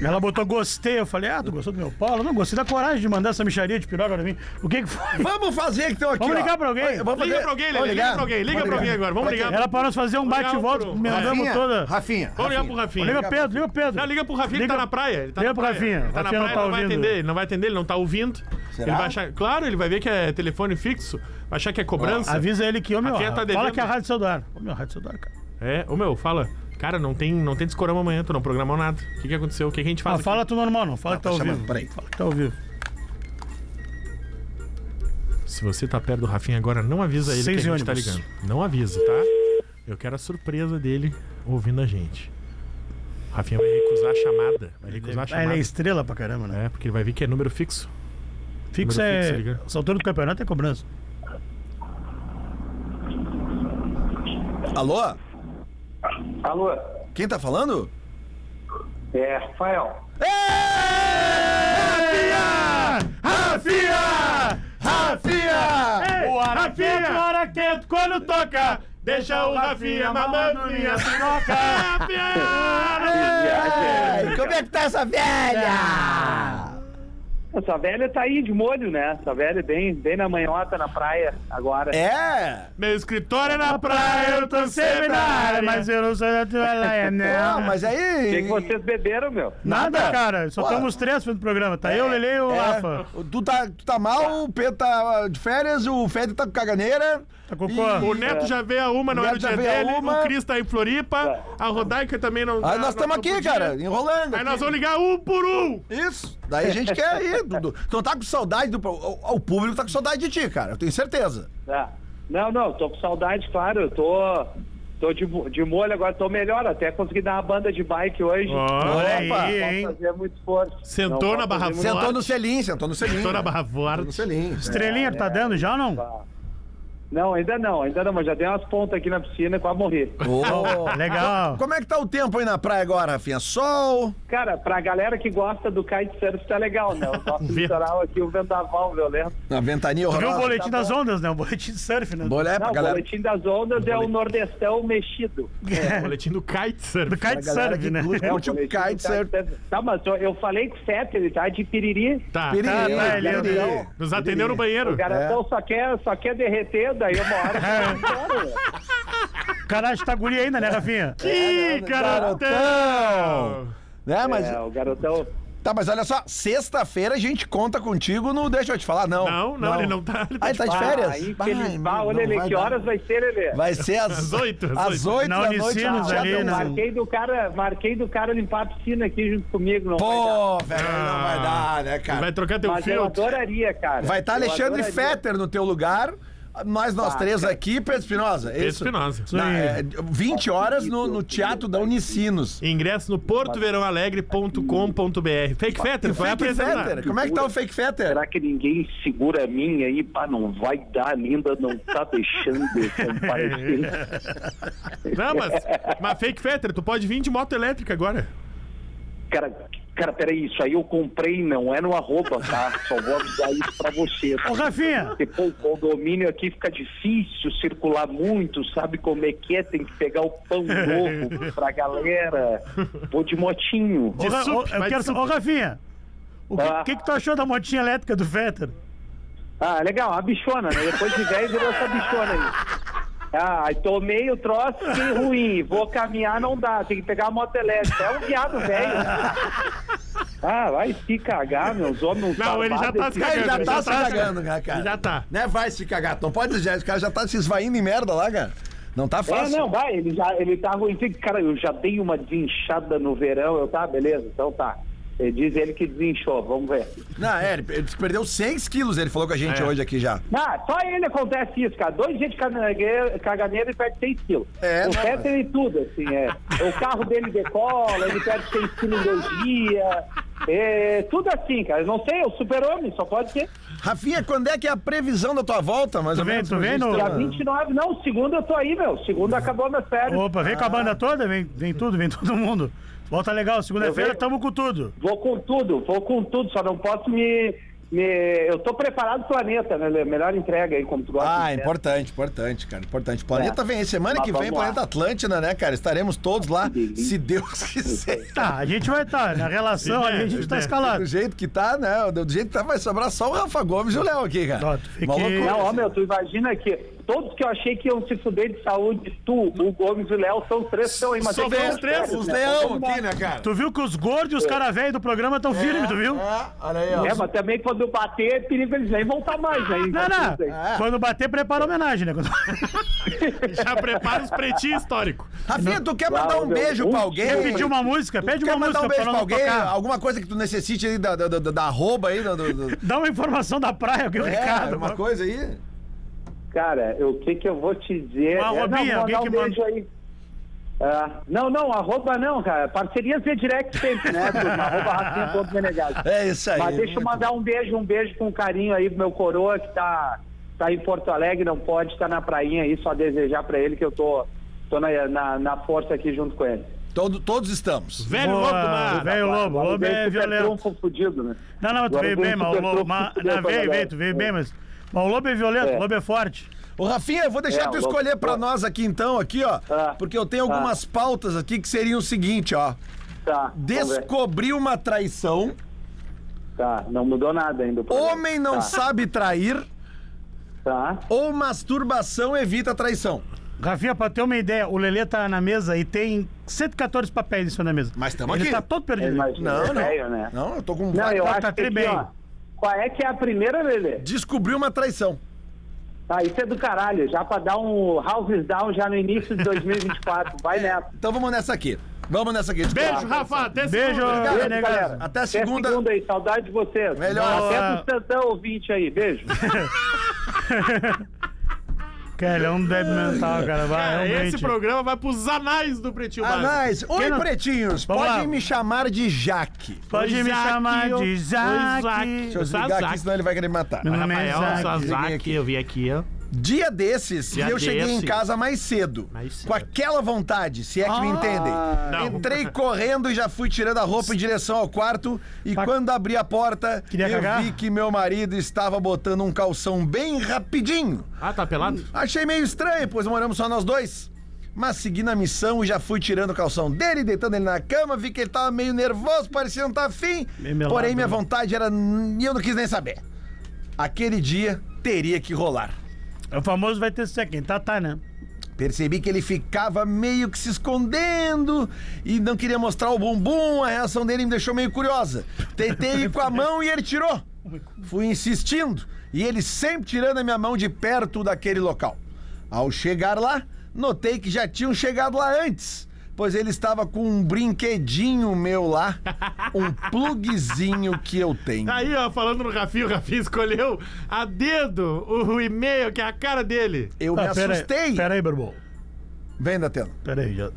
Speaker 3: Ela botou gostei, eu falei, ah, tu gostou do meu pau? Ela não gostei da coragem de mandar essa micharia de piroca pra mim. O que que foi?
Speaker 2: Vamos fazer que estão aqui.
Speaker 3: Vamos
Speaker 2: ó.
Speaker 3: ligar pra alguém.
Speaker 2: Olha, vamos
Speaker 4: Liga
Speaker 2: fazer-
Speaker 4: pra alguém, Lelê,
Speaker 2: vamos
Speaker 4: liga
Speaker 2: ligar?
Speaker 4: pra alguém, liga pra alguém agora, vamos
Speaker 2: Pra
Speaker 4: ligar.
Speaker 2: quem?
Speaker 3: Ela para nós fazer um
Speaker 4: Olhar
Speaker 3: bate-volta,
Speaker 4: pro-
Speaker 3: emendamos
Speaker 2: Rafinha,
Speaker 3: toda.
Speaker 2: Rafinha.
Speaker 4: Vamos ligar pro
Speaker 3: Ô,
Speaker 4: Rafinha.
Speaker 3: Liga Pedro, liga Pedro.
Speaker 4: Não, liga pro Rafinha que
Speaker 3: Liga-
Speaker 4: tá na praia. Ele tá
Speaker 3: liga
Speaker 4: na
Speaker 3: pro
Speaker 4: praia.
Speaker 3: Rafinha.
Speaker 4: Tá
Speaker 3: Rafinha
Speaker 4: na praia,
Speaker 3: não
Speaker 4: não,
Speaker 3: tá
Speaker 4: vai
Speaker 3: ouvindo.
Speaker 4: atender, ele não vai atender, ele não tá ouvindo.
Speaker 2: Será?
Speaker 4: Ele vai achar... Claro, ele vai ver que é telefone fixo, vai achar que é cobrança.
Speaker 3: Avisa ele que, ô meu,
Speaker 4: Rafinha tá
Speaker 3: fala
Speaker 4: devendo.
Speaker 3: que é a rádio saiu do ar. Ô meu, a rádio saiu do ar, cara.
Speaker 4: É, ô meu, fala. Cara, não tem, não tem discorama amanhã, tu não programou nada. O que, que aconteceu? O que, que a gente faz?
Speaker 3: Ah,
Speaker 4: aqui?
Speaker 3: fala tu normal não, fala que tá
Speaker 2: tá
Speaker 3: ao
Speaker 2: chamando,
Speaker 3: vivo.
Speaker 2: peraí.
Speaker 3: Fala que tá ao vivo.
Speaker 4: Se você tá perto do Rafinha agora, não avisa ele
Speaker 3: Seis
Speaker 4: que a
Speaker 3: e
Speaker 4: gente tá
Speaker 3: ônibus.
Speaker 4: ligando. Não avisa, tá? Eu quero a surpresa dele ouvindo a gente. O Rafinha vai recusar a chamada. Vai recusar a
Speaker 3: Ah, ele
Speaker 4: chamada.
Speaker 3: é estrela pra caramba, né?
Speaker 4: É, porque ele vai ver que é número fixo.
Speaker 3: Fixo
Speaker 4: número
Speaker 3: é...
Speaker 4: fixo, liga.
Speaker 3: Essa altura do campeonato é cobrança.
Speaker 2: Alô?
Speaker 6: Alô,
Speaker 2: Quem tá falando?
Speaker 6: é Rafael.
Speaker 4: Rafinha! Rafinha!
Speaker 3: O Araqueto, o Araqueto, quando toca, deixa o Rafinha mamando minha piroca.
Speaker 2: Ai, como é que tá essa velha?
Speaker 6: Essa velha tá aí de molho, né? Essa velha bem, bem na manhota, na praia, agora.
Speaker 2: É.
Speaker 4: Meu escritório é na praia, eu tô sempre na área, mas...
Speaker 3: Mas eu não sou da tua laia,
Speaker 2: Ah,
Speaker 4: É.
Speaker 3: não.
Speaker 2: mas
Speaker 6: O que que
Speaker 2: aí...
Speaker 6: vocês beberam, meu?
Speaker 3: Nada, cara. Só
Speaker 2: Porra.
Speaker 3: estamos três fazendo programa. Tá eu, o Lele e o
Speaker 2: É,
Speaker 3: Rafa.
Speaker 2: Tu tá, tu tá mal, o Pedro tá de férias, o Fede tá com caganeira.
Speaker 3: Tá com
Speaker 2: E-
Speaker 4: O
Speaker 3: cor.
Speaker 4: Neto já veio a uma, não
Speaker 2: É. O
Speaker 4: era o
Speaker 2: Neto
Speaker 4: dia
Speaker 2: já veio a
Speaker 4: dele.
Speaker 2: uma. É.
Speaker 4: O Cris tá em Floripa. A Rodaica também não
Speaker 2: Aí
Speaker 4: tá-
Speaker 2: nós
Speaker 4: não-
Speaker 2: estamos
Speaker 4: não
Speaker 2: aqui,
Speaker 4: podia.
Speaker 2: cara, enrolando.
Speaker 4: Aí
Speaker 2: aqui.
Speaker 4: nós vamos ligar um por um.
Speaker 2: Isso. Daí a gente quer
Speaker 4: *laughs*
Speaker 2: ir, Dudu. Tu não tá com saudade do. O, o público tá com saudade de ti, cara. Eu tenho certeza.
Speaker 6: Ah, Não, não, tô com saudade, claro. Eu tô, tô de, mo- de molho agora, tô melhor. Até consegui dar uma banda de bike hoje.
Speaker 3: Olha
Speaker 2: Opa,
Speaker 3: aí,
Speaker 6: Não
Speaker 3: hein?
Speaker 6: fazer muito esforço.
Speaker 4: Sentou
Speaker 6: Não
Speaker 4: na
Speaker 6: posso
Speaker 4: barra
Speaker 6: fazer muito-
Speaker 2: Sentou no selim, sentou no selim.
Speaker 4: Tô na
Speaker 2: né?
Speaker 4: barra
Speaker 2: Sentou no
Speaker 4: forte. *laughs*
Speaker 2: selim. né?
Speaker 3: Estrelinha, tá dando já ou não?
Speaker 6: Não, ainda não, ainda não, mas já dei umas pontas aqui na piscina e quase morri.
Speaker 2: Ô.
Speaker 3: Legal.
Speaker 2: Como é que tá o tempo aí na praia agora, Rafinha? Sol?
Speaker 6: Cara, pra galera que gosta do kitesurf tá legal, né?
Speaker 2: *laughs*
Speaker 6: O nosso litoral aqui, o vendaval violento.
Speaker 2: Na ventania
Speaker 3: Tu viu o
Speaker 2: horrorosa.
Speaker 3: boletim das ondas, né? O boletim de surf, né?
Speaker 2: Bolé pra
Speaker 6: Não, o
Speaker 2: galera.
Speaker 6: boletim das ondas é o nordestão mexido.
Speaker 4: Boletim do
Speaker 3: Do
Speaker 4: kitesurf.
Speaker 3: kite
Speaker 2: galera
Speaker 3: surf,
Speaker 2: que
Speaker 3: né?
Speaker 2: curte- curte o
Speaker 6: Boletim do
Speaker 2: kitesurf.
Speaker 6: kitesurf. Tá, mas eu, eu falei com o Feta, ele tá de piriri.
Speaker 4: Tá.
Speaker 2: Piriri,
Speaker 3: Ah, tá, ele-
Speaker 2: piriri.
Speaker 4: Nos atendeu no banheiro.
Speaker 6: O garotão
Speaker 2: É.
Speaker 6: só, quer, só quer derreter, daí uma
Speaker 2: *laughs*
Speaker 6: hora.
Speaker 3: Caralho, tá guri ainda, né, Rafinha?
Speaker 2: é,
Speaker 4: Ih, garotão!
Speaker 2: Né, mas,
Speaker 6: É, o garotão.
Speaker 2: Tá, mas olha só, sexta-feira a gente conta contigo no Deixa eu te falar, não.
Speaker 4: Não, não, ele não tá. Ele
Speaker 2: Ah, ele tá de férias?
Speaker 6: Ah, infeliz-
Speaker 2: Vai,
Speaker 6: Ah,
Speaker 2: não,
Speaker 6: olha, Lelê,
Speaker 2: vai
Speaker 6: que
Speaker 2: dar.
Speaker 6: horas vai ser, Lelê? Ah,
Speaker 2: Vai ser às,
Speaker 4: Às oito, às
Speaker 2: Às
Speaker 4: oito.
Speaker 2: oito
Speaker 3: Na
Speaker 2: da noite.
Speaker 3: Unicinos
Speaker 2: já
Speaker 3: ali,
Speaker 2: tem um
Speaker 3: né?
Speaker 2: barco.
Speaker 6: Marquei do cara, marquei do cara limpar a piscina aqui junto comigo, não vai dar.
Speaker 2: Pô, velho, não vai dar, né, cara?
Speaker 4: Vai trocar teu
Speaker 6: Mas eu
Speaker 4: filtro.
Speaker 6: adoraria, cara.
Speaker 2: Vai estar
Speaker 6: Eu
Speaker 2: Alexandre
Speaker 6: adoraria.
Speaker 2: Fetter no teu lugar. Nós, nós três aqui, Pedro Espinosa. é
Speaker 4: Pedro
Speaker 2: isso?
Speaker 4: Espinosa.
Speaker 2: Na- é, 20 horas no, no Teatro da Unicinos.
Speaker 4: Ingresso no portoverãoalegre.com.br. Fake Fetter, vai
Speaker 2: Fake
Speaker 4: apresentar.
Speaker 2: Fetter, como é que tá o Fake Fetter?
Speaker 5: Será que ninguém segura a minha aí? Pá, não vai dar, ainda não tá deixando
Speaker 2: *laughs*
Speaker 5: eu comparecer.
Speaker 4: Não, mas, mas Fake Fetter, tu pode vir de moto elétrica agora.
Speaker 5: Cara, cara, peraí, isso aí eu comprei, não é no arroba, tá? Só vou avisar isso pra você.
Speaker 3: Ô, Rafinha,
Speaker 5: Porque, pô, o condomínio aqui fica difícil circular muito, sabe como é que é? Tem que pegar o pão novo pra galera. Vou de motinho.
Speaker 3: ô, Ra-
Speaker 4: sup,
Speaker 3: ô, eu
Speaker 4: vai
Speaker 3: quero
Speaker 4: de sup.
Speaker 3: saber. Ô, Rafinha, o que,
Speaker 5: Ah.
Speaker 3: que, que tu achou da motinha elétrica do Fetter?
Speaker 5: Ah, legal, a bichona, né? Depois de velho virou essa bichona aí. Ah, aí tomei o troço, fiquei ruim. Vou caminhar, não dá. Tem que pegar a moto elétrica. É um viado velho. Ah, vai se cagar, meus homens.
Speaker 4: Não, ele já tá se
Speaker 2: Cara,
Speaker 4: cagando.
Speaker 2: ele já tá se cagando,
Speaker 4: Ele
Speaker 2: cara.
Speaker 4: já tá.
Speaker 2: Né, vai se cagar. Não pode já, o cara já tá se esvaindo em merda lá, cara. Não tá
Speaker 5: É,
Speaker 2: fácil.
Speaker 5: não, vai, ele já ele tá ruim. Cara, eu já dei uma desinchada no verão, eu tá, beleza, então tá. Ele diz ele que desinchou, vamos ver.
Speaker 2: Não, é, ele, ele perdeu 100 quilos, ele falou com a gente
Speaker 4: É.
Speaker 2: hoje aqui já.
Speaker 5: Ah, só ele acontece isso, cara. Dois dias de caganeira, caganeira ele perde 6 quilos.
Speaker 2: É,
Speaker 5: o
Speaker 2: né,
Speaker 5: resto ele tudo, assim, é. O carro dele decola, ele perde 6 quilos em dois dias. É, tudo assim, cara. Eu não sei, é o super-homem, só pode ser.
Speaker 2: Rafinha, quando é que é a previsão da tua volta? Mais ou
Speaker 3: vem-
Speaker 2: menos,
Speaker 3: tu
Speaker 2: pra
Speaker 3: vem
Speaker 2: gente
Speaker 3: no-
Speaker 2: ter
Speaker 5: Dia
Speaker 2: uma-
Speaker 5: 29, não, segunda eu tô aí, meu. Segunda acabou minhas férias.
Speaker 3: Opa, vem com a banda toda, vem, vem tudo, vem *laughs* todo mundo. Volta legal, segunda-feira
Speaker 5: Eu venho.
Speaker 3: tamo com tudo.
Speaker 5: Vou com tudo, vou com tudo, só não posso me. me- eu tô preparado pro planeta, né? Lê? Melhor entrega aí, como tu gosta.
Speaker 2: Ah,
Speaker 5: de dizer.
Speaker 2: importante, importante, cara, importante. Planeta
Speaker 5: É.
Speaker 2: vem, semana
Speaker 5: Mas
Speaker 2: que vem,
Speaker 5: vamos lá.
Speaker 2: Planeta Atlântida, né, cara? Estaremos todos lá,
Speaker 5: delícia.
Speaker 2: se Deus
Speaker 3: *laughs*
Speaker 2: quiser.
Speaker 3: Tá, a gente vai estar. na relação
Speaker 2: é,
Speaker 3: ali a gente tá escalado.
Speaker 2: Do jeito que tá, né? Do jeito que tá, vai sobrar só o Rafa Gomes e o Léo aqui, cara.
Speaker 3: Ó, tu fique-
Speaker 2: Uma loucura.
Speaker 5: Não, ó, meu, tu imagina que todos que eu achei que iam se fuder de saúde, tu, o Gomes e o Léo, são os três que estão aí, mas
Speaker 2: Só
Speaker 5: tem
Speaker 2: vem os
Speaker 5: todos
Speaker 2: três,
Speaker 5: sérios,
Speaker 2: os
Speaker 5: né?
Speaker 2: leão aqui, né, cara?
Speaker 3: Tu viu que os gordos e os caras velhos do programa estão firmes, tu viu?
Speaker 2: É, olha aí, ó.
Speaker 5: É, mas também quando bater, é perigo eles nem voltar mais, né?
Speaker 3: Ah, Não, não.
Speaker 5: Aí.
Speaker 2: É.
Speaker 3: Quando bater, prepara a homenagem, né? Quando-
Speaker 4: *laughs* Já prepara os pretinhos históricos.
Speaker 2: Rafinha, tu quer mandar
Speaker 5: Não,
Speaker 2: um
Speaker 5: meu,
Speaker 2: beijo
Speaker 5: um
Speaker 2: pra alguém?
Speaker 3: Quer pedir uma música?
Speaker 2: Tu
Speaker 3: Pede
Speaker 2: quer
Speaker 3: uma
Speaker 2: mandar
Speaker 3: música
Speaker 2: um beijo
Speaker 3: pra
Speaker 2: pra
Speaker 3: não
Speaker 2: alguém?
Speaker 3: tocar.
Speaker 2: Alguma coisa que tu necessite aí da, da, da, da arroba aí? Do, do, do...
Speaker 3: Dá uma informação da praia, alguém, o
Speaker 2: É,
Speaker 3: recado.
Speaker 2: uma coisa aí?
Speaker 5: Cara, o que que eu vou te dizer?
Speaker 3: Uma arrobinha,
Speaker 5: não, vou
Speaker 3: Ah, alguém
Speaker 5: mandar
Speaker 3: que
Speaker 5: um beijo aí. Ah, não, não, arroba não, cara. Parcerias via direct sempre, né? turma? arroba rafinha.menegaso.
Speaker 2: É isso aí.
Speaker 5: Mas deixa eu
Speaker 2: muito
Speaker 5: mandar um beijo, um beijo com carinho aí pro meu coroa que tá, tá em Porto Alegre, não pode estar na prainha aí, só desejar pra ele que eu tô, tô na, na, na força aqui junto com ele.
Speaker 2: bom. Todo- todos estamos.
Speaker 4: Velho louco, do
Speaker 3: Boa,
Speaker 4: mar.
Speaker 3: Velho Lobo, o Lobo
Speaker 5: Veio
Speaker 3: é
Speaker 5: super
Speaker 3: violento.
Speaker 5: trunfo fudido, né?
Speaker 3: Não, não, tu
Speaker 5: Agora
Speaker 3: veio
Speaker 5: veio
Speaker 3: bem, mas o
Speaker 5: super
Speaker 3: Lobo.
Speaker 5: trunfo
Speaker 3: Mas,
Speaker 5: fudido
Speaker 3: não,
Speaker 5: pra
Speaker 3: veio,
Speaker 5: galera.
Speaker 3: veio, tu veio
Speaker 5: É.
Speaker 3: bem, mas. Mas o Lobo é violento,
Speaker 5: É.
Speaker 3: o Lobo é forte.
Speaker 2: Ô, Rafinha, eu vou deixar
Speaker 5: É,
Speaker 2: tu
Speaker 5: louco.
Speaker 2: escolher pra nós aqui então, aqui, ó.
Speaker 5: Ah,
Speaker 2: Porque eu tenho algumas pautas aqui que seriam o seguinte, ó.
Speaker 5: Tá, vamos ver.
Speaker 2: Descobri uma traição,
Speaker 5: tá, não mudou nada ainda. o programa.
Speaker 2: homem não
Speaker 5: tá,
Speaker 2: sabe trair
Speaker 5: Tá.
Speaker 2: ou masturbação evita traição.
Speaker 3: Rafinha, pra ter uma ideia, o Lelê tá na mesa e tem 114 papéis em cima da mesa.
Speaker 2: Mas tamo
Speaker 3: Ele
Speaker 2: aqui.
Speaker 3: tá todo
Speaker 5: Eu
Speaker 3: perdido.
Speaker 5: imagino,
Speaker 2: Não,
Speaker 5: é
Speaker 2: não.
Speaker 5: velho, né?
Speaker 2: Não, eu tô com...
Speaker 5: Não, eu
Speaker 3: tá-
Speaker 5: acho
Speaker 3: tá
Speaker 5: que aqui,
Speaker 3: tremendo.
Speaker 5: ó, qual é que é a primeira, Lelê?
Speaker 2: Descobri uma traição.
Speaker 5: Ah, isso é do caralho, já pra dar um houses down já no início de 2024,
Speaker 2: *laughs*
Speaker 5: vai nessa.
Speaker 2: Então vamos nessa aqui. Vamos nessa aqui.
Speaker 4: Beijo, Rafa. Até
Speaker 3: Beijo,
Speaker 4: segunda.
Speaker 5: Beijo,
Speaker 3: Renegado.
Speaker 5: galera.
Speaker 2: né, Até segunda.
Speaker 5: Até segunda aí. Saudade de vocês.
Speaker 2: Melhor.
Speaker 5: Até pro Santão ouvinte aí. Beijo.
Speaker 3: Cara, ele é um débil mental, cara. Vai,
Speaker 4: Cara,
Speaker 3: realmente.
Speaker 4: esse programa vai pros anais do Pretinho Básico.
Speaker 2: Ah, Anais. Ah, Oi,
Speaker 3: Quem não-
Speaker 2: pretinhos.
Speaker 3: Vamos
Speaker 2: Podem
Speaker 3: lá.
Speaker 2: me chamar de Jaque.
Speaker 3: Pode me
Speaker 4: Isaac,
Speaker 3: chamar
Speaker 4: ó.
Speaker 3: de
Speaker 4: Oi, Isaac.
Speaker 3: Isaac.
Speaker 2: Deixa
Speaker 5: Tá
Speaker 2: eu desligar
Speaker 4: Zazaki.
Speaker 2: aqui, senão ele vai querer me matar.
Speaker 3: Meu nome é
Speaker 4: Rafael
Speaker 3: Isaac.
Speaker 4: Sazaki, eu vi aqui, ó.
Speaker 2: Dia desses,
Speaker 4: Dia
Speaker 2: e eu cheguei em
Speaker 4: desse.
Speaker 2: casa mais cedo,
Speaker 4: Mais cedo.
Speaker 2: Com aquela vontade, se é que
Speaker 3: Ah.
Speaker 2: me entendem.
Speaker 4: Não.
Speaker 2: Entrei correndo e já fui tirando a roupa em direção ao quarto. E
Speaker 3: Tá-
Speaker 2: quando abri a porta,
Speaker 3: Queria
Speaker 2: eu
Speaker 3: cagar?
Speaker 2: vi que meu marido estava botando um calção bem rapidinho.
Speaker 4: Ah, tá pelado?
Speaker 2: Achei meio estranho, pois moramos só nós dois. Mas segui na missão e já fui tirando o calção dele, deitando ele na cama. Vi que ele tava meio nervoso, parecia não tá afim.
Speaker 3: Meio melado,
Speaker 2: Porém, minha
Speaker 3: né?
Speaker 2: vontade era. E eu não quis nem saber. Aquele dia teria que rolar.
Speaker 3: É O famoso vai ter ser quem tá, tá, né?
Speaker 2: Percebi que ele ficava meio que se escondendo e não queria mostrar o bumbum. A reação dele me deixou meio curiosa. Tentei ir com a mão e ele tirou. Fui insistindo e ele sempre tirando a minha mão de perto daquele local. Ao chegar lá, notei que já tinham chegado lá antes, pois ele estava com um brinquedinho meu lá, um plugzinho que eu tenho.
Speaker 4: Aí, ó, falando no Rafinha, o Rafinha escolheu a dedo o, o e-mail, que é a cara dele.
Speaker 2: Eu me
Speaker 3: Ah, pera aí,
Speaker 2: assustei.
Speaker 3: Pera aí, Berbol.
Speaker 2: Vem da tela.
Speaker 3: Pera aí, já.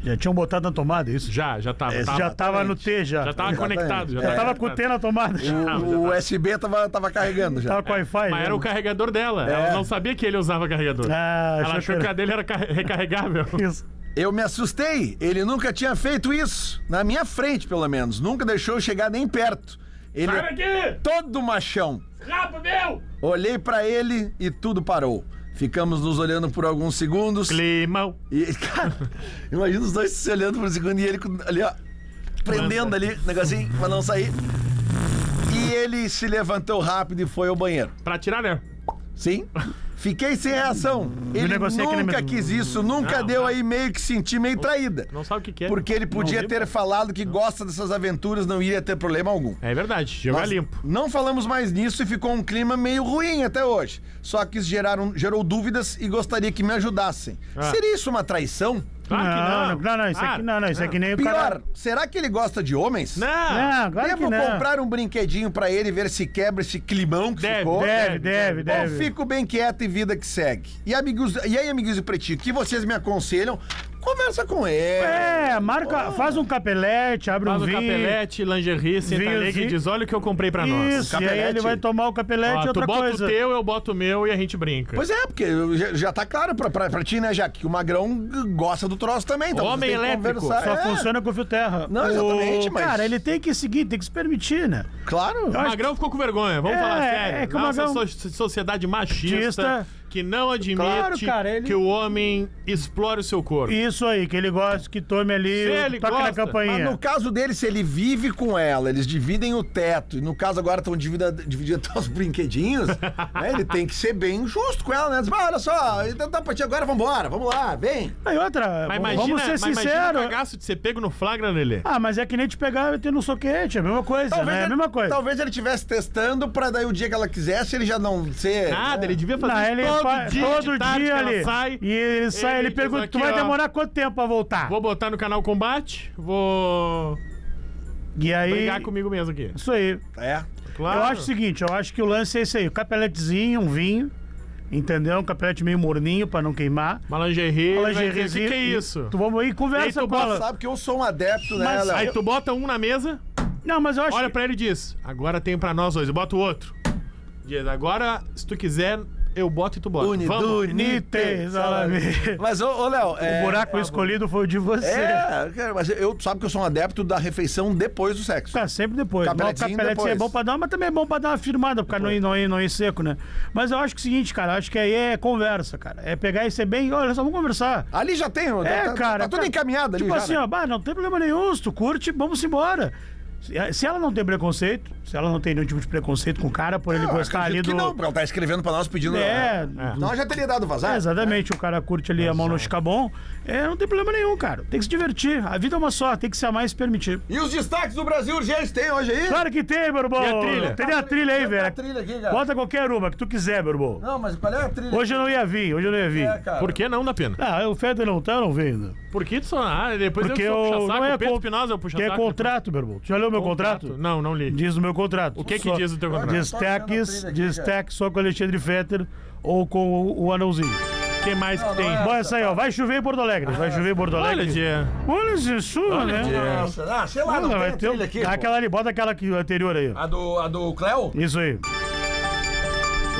Speaker 3: Já tinham botado na tomada é isso?
Speaker 4: Já, já tava.
Speaker 3: Esse já tava no T, já.
Speaker 4: Já tava né?
Speaker 2: Exatamente.
Speaker 4: conectado. Já
Speaker 2: É.
Speaker 3: Já tava com o T na tomada.
Speaker 2: O USB tava, tava carregando já.
Speaker 3: Tava com Wi-Fi.
Speaker 4: é. Mas
Speaker 3: já.
Speaker 4: era o carregador
Speaker 3: É.
Speaker 4: dela. Ela não sabia que ele usava carregador.
Speaker 3: Ah,
Speaker 4: Ela achou que a
Speaker 3: era
Speaker 4: dele era car-
Speaker 3: *laughs*
Speaker 4: recarregável.
Speaker 3: isso.
Speaker 2: Eu me assustei. Ele nunca tinha feito isso. Na minha frente, pelo menos. Nunca deixou eu chegar nem perto. Ele
Speaker 4: Sai
Speaker 2: é
Speaker 4: daqui!
Speaker 2: todo machão.
Speaker 4: Rabo meu!
Speaker 2: Olhei pra ele e tudo parou. Ficamos nos olhando por alguns segundos.
Speaker 4: Climão.
Speaker 2: E, *laughs* cara, imagina os dois se olhando por um segundo e ele com- ali, ó, prendendo ali, um negocinho, pra não sair. E ele se levantou rápido e foi ao banheiro.
Speaker 4: Pra tirar, né?
Speaker 2: Sim. Fiquei sem reação. Ele
Speaker 3: negociei aquele
Speaker 2: nunca
Speaker 3: mesmo.
Speaker 2: quis isso, nunca
Speaker 4: Não,
Speaker 2: deu
Speaker 4: não.
Speaker 2: aí meio que senti meio traída.
Speaker 4: Não sabe o que que é.
Speaker 2: Porque ele
Speaker 4: Não
Speaker 2: podia
Speaker 4: lembra.
Speaker 2: ter falado que gosta dessas aventuras, não iria ter problema algum.
Speaker 4: É verdade,
Speaker 3: Tá
Speaker 4: jogar
Speaker 2: Nós
Speaker 4: limpo.
Speaker 2: Não falamos mais nisso e ficou um clima meio ruim até hoje. Só que isso geraram, gerou dúvidas e gostaria que me ajudassem.
Speaker 4: Ah.
Speaker 2: Seria isso uma traição?
Speaker 3: não, não, não, isso
Speaker 4: Ah,
Speaker 3: aqui não, não, isso aqui nem o
Speaker 2: Pior,
Speaker 3: cara.
Speaker 2: será que ele gosta de homens?
Speaker 4: Não,
Speaker 3: Não, claro
Speaker 2: Devo
Speaker 3: que não.
Speaker 2: comprar um brinquedinho pra ele e ver se quebra esse climão que
Speaker 4: Deve,
Speaker 2: ficou?
Speaker 3: Deve, deve,
Speaker 2: Bom,
Speaker 3: deve.
Speaker 2: fico bem quieto e vida que segue. E, amigos, e aí, amiguinhos do Pretinho, o que vocês me aconselham? Conversa com ele.
Speaker 3: É, marca, faz um capelete, abre
Speaker 4: Faz
Speaker 3: um
Speaker 4: o
Speaker 3: vinho.
Speaker 4: capelete, lingerie, senta
Speaker 3: vinho,
Speaker 4: alegre e
Speaker 3: vinho.
Speaker 4: diz: olha o que eu comprei pra nós.
Speaker 3: Isso, e aí
Speaker 2: Capelete.
Speaker 3: ele vai tomar o capelete
Speaker 4: Ó,
Speaker 3: e
Speaker 4: tu
Speaker 3: outra
Speaker 4: bota
Speaker 3: coisa.
Speaker 4: o teu, eu boto o meu e a gente brinca.
Speaker 2: Pois é, porque já, já tá claro pra, pra, pra ti, né, Jaque? Que o Magrão gosta do troço também. Então
Speaker 4: Homem
Speaker 2: você tem que
Speaker 4: elétrico.
Speaker 2: conversar.
Speaker 3: Só
Speaker 2: É,
Speaker 3: funciona com o fio terra.
Speaker 2: Não, exatamente, mas-
Speaker 3: Cara, ele tem que seguir, tem que se permitir, né?
Speaker 2: Claro.
Speaker 4: O Magrão ficou com vergonha, vamos
Speaker 3: É,
Speaker 4: falar sério.
Speaker 3: é que o
Speaker 4: Nossa
Speaker 3: Magrão-
Speaker 4: so- sociedade machista
Speaker 3: Machista.
Speaker 4: que não admite
Speaker 3: Claro, cara, ele-
Speaker 4: que o homem explore o seu corpo.
Speaker 3: Isso aí, que ele gosta, que tome ali,
Speaker 4: Se ele
Speaker 3: toca
Speaker 4: gosta,
Speaker 3: na campainha.
Speaker 2: Mas no caso dele, se ele vive com ela, eles dividem o teto, e no caso agora estão dividindo, dividindo *laughs* até os brinquedinhos, né? Ele tem que ser bem justo com ela, né? Diz, "Ah, olha só, então tá pra ti agora, vambora, vamos lá, vem.
Speaker 3: Aí outra,
Speaker 4: Mas
Speaker 3: vamos
Speaker 4: imagina,
Speaker 3: ser
Speaker 4: mas imagina
Speaker 3: sinceros.
Speaker 4: o cagaço de ser pego no flagra, Lelê.
Speaker 3: Ah, mas é que nem te pegar e ter no soquete, é a mesma coisa, né? É a mesma coisa.
Speaker 2: talvez ele estivesse testando pra daí o dia que ela quisesse ele já não ser. né?
Speaker 4: Nada, ele devia fazer
Speaker 3: Não,
Speaker 4: isso
Speaker 3: ele
Speaker 4: todo
Speaker 3: fa-
Speaker 4: dia,
Speaker 3: todo
Speaker 4: de tarde,
Speaker 3: dia
Speaker 4: que ela
Speaker 3: ali.
Speaker 4: sai.
Speaker 3: e ele sai,
Speaker 4: ele
Speaker 3: ele,
Speaker 4: diz
Speaker 3: pergunta: tu
Speaker 4: aqui,
Speaker 3: vai
Speaker 4: ó,
Speaker 3: demorar quanto tempo pra voltar?
Speaker 4: Vou botar no canal Combate, vou
Speaker 3: E aí.
Speaker 4: brigar comigo mesmo aqui.
Speaker 3: Isso aí.
Speaker 2: É.
Speaker 4: Claro.
Speaker 3: Eu acho o seguinte, eu acho que o lance é esse aí: o capeletezinho, um vinho, entendeu? Um capelete meio morninho pra não queimar.
Speaker 4: Uma lingerie,
Speaker 3: Uma
Speaker 4: vai dizer,
Speaker 3: lingeriezinha,
Speaker 4: que, que é
Speaker 3: e-
Speaker 4: isso?
Speaker 3: Tu vamos aí,
Speaker 4: Aí tu
Speaker 3: conversa com
Speaker 4: bota-
Speaker 3: ela.
Speaker 2: Sabe que eu sou um adepto, né?
Speaker 3: Mas-
Speaker 2: Léo?
Speaker 4: Aí tu bota um na mesa,
Speaker 3: Não, mas eu acho.
Speaker 4: olha
Speaker 3: que-
Speaker 4: pra ele e diz, agora tem pra nós dois, e bota o outro. Diz, agora, se tu quiser, eu boto e tu bota.
Speaker 2: Dune,
Speaker 4: Vamos.
Speaker 2: dune,
Speaker 3: Nite, salame.
Speaker 2: Mas, ô, ô Léo,
Speaker 3: O
Speaker 2: é...
Speaker 3: buraco escolhido foi o de você.
Speaker 2: É, cara, mas eu, tu sabe que eu sou um adepto da refeição depois do sexo.
Speaker 3: Tá, sempre depois. Mas O
Speaker 2: Capeletezinho
Speaker 3: capeletezinho
Speaker 2: depois.
Speaker 3: é bom pra dar, mas também é bom pra dar uma firmada, porque não ir, não, ir, não ir seco, né? Mas eu acho que é o seguinte, cara, eu acho que aí é conversa, cara. É pegar e ser bem, olha só, vamos conversar.
Speaker 2: Ali já tem,
Speaker 3: É,
Speaker 2: tá,
Speaker 3: cara.
Speaker 2: tá tudo encaminhado ali
Speaker 3: Tipo
Speaker 2: já,
Speaker 3: assim,
Speaker 2: né?
Speaker 3: ó, bah, não tem problema nenhum, se tu curte, vamos embora. Se- Se ela não tem preconceito, se ela não tem nenhum tipo de preconceito com o cara, por ele
Speaker 2: Eu
Speaker 3: gostar ali
Speaker 2: acredito
Speaker 3: do.
Speaker 2: que não, porque ela tá escrevendo pra nós pedindo...
Speaker 3: É, do-
Speaker 2: Nós já teria dado vazar.
Speaker 3: é,
Speaker 4: Né?
Speaker 3: exatamente, o cara curte ali a mão no chicabon. É, não tem problema nenhum, cara. Tem que se divertir. A vida é uma só, tem que se amar e se permitir.
Speaker 2: E os destaques do Brasil urgentes tem hoje aí?
Speaker 3: Claro que tem, meu irmão.
Speaker 4: E a trilha?
Speaker 3: Tem a trilha aí,
Speaker 2: Tem a
Speaker 3: velho.
Speaker 2: trilha aqui, cara.
Speaker 3: Bota qualquer uma que tu quiser, meu irmão.
Speaker 2: Não, mas qual é a trilha?
Speaker 3: Hoje eu não ia vir, hoje eu não ia vir.
Speaker 2: é, cara.
Speaker 4: Por que não, da pena?
Speaker 3: Ah, o Feder não tá, eu não vendo.
Speaker 4: Por que tu só... Ah, depois
Speaker 3: Porque
Speaker 4: eu
Speaker 3: eu.
Speaker 4: sou puxa-saco,
Speaker 3: Não é
Speaker 4: o Pedro
Speaker 3: con-
Speaker 4: Espinosa é o puxa-saco.
Speaker 3: que é contrato, meu irmão. Tu já leu
Speaker 4: é
Speaker 3: meu contrato?
Speaker 4: Não, não li.
Speaker 3: Diz o meu contrato.
Speaker 4: O que que diz o teu contrato?
Speaker 3: Destaques,
Speaker 2: Olha, eu tô achando a trilha aqui,
Speaker 3: destaque só com o Alexandre Fetter ou com o, o anãozinho.
Speaker 4: O que mais que
Speaker 2: é
Speaker 4: tem? Ah,
Speaker 3: Bom, essa aí, ó. Vai chover em Porto Alegre. Vai chover em Porto
Speaker 4: Olha,
Speaker 3: Alegre.
Speaker 4: Dia.
Speaker 3: Olha isso, né?
Speaker 2: Nossa, ah, sei lá, não,
Speaker 3: Olha,
Speaker 2: tem
Speaker 3: vai
Speaker 2: a
Speaker 3: ter
Speaker 2: trilha
Speaker 3: um-
Speaker 2: aqui. pô.
Speaker 3: aquela ali, bota aquela aqui, anterior aí. ó.
Speaker 2: A do, a do Cleo?
Speaker 3: Isso aí.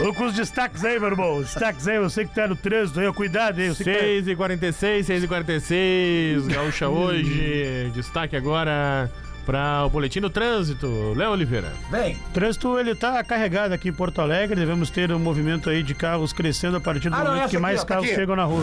Speaker 3: Ô, Com os destaques aí, meu irmão. Destaques aí, eu sei que tá no trânsito aí, ó, cuidado aí. Eu sei que tá-
Speaker 4: 6h46, 6h46, *laughs* Gaúcha hoje. Destaque agora para o Boletim do Trânsito. Léo Oliveira.
Speaker 2: Vem.
Speaker 3: O trânsito ele tá carregado aqui em Porto Alegre, devemos ter um movimento aí de carros crescendo a partir do
Speaker 2: Ah, não,
Speaker 3: momento
Speaker 2: essa
Speaker 3: que
Speaker 2: aqui,
Speaker 3: mais
Speaker 2: ó, tá
Speaker 3: carros
Speaker 2: aqui.
Speaker 3: chegam na rua.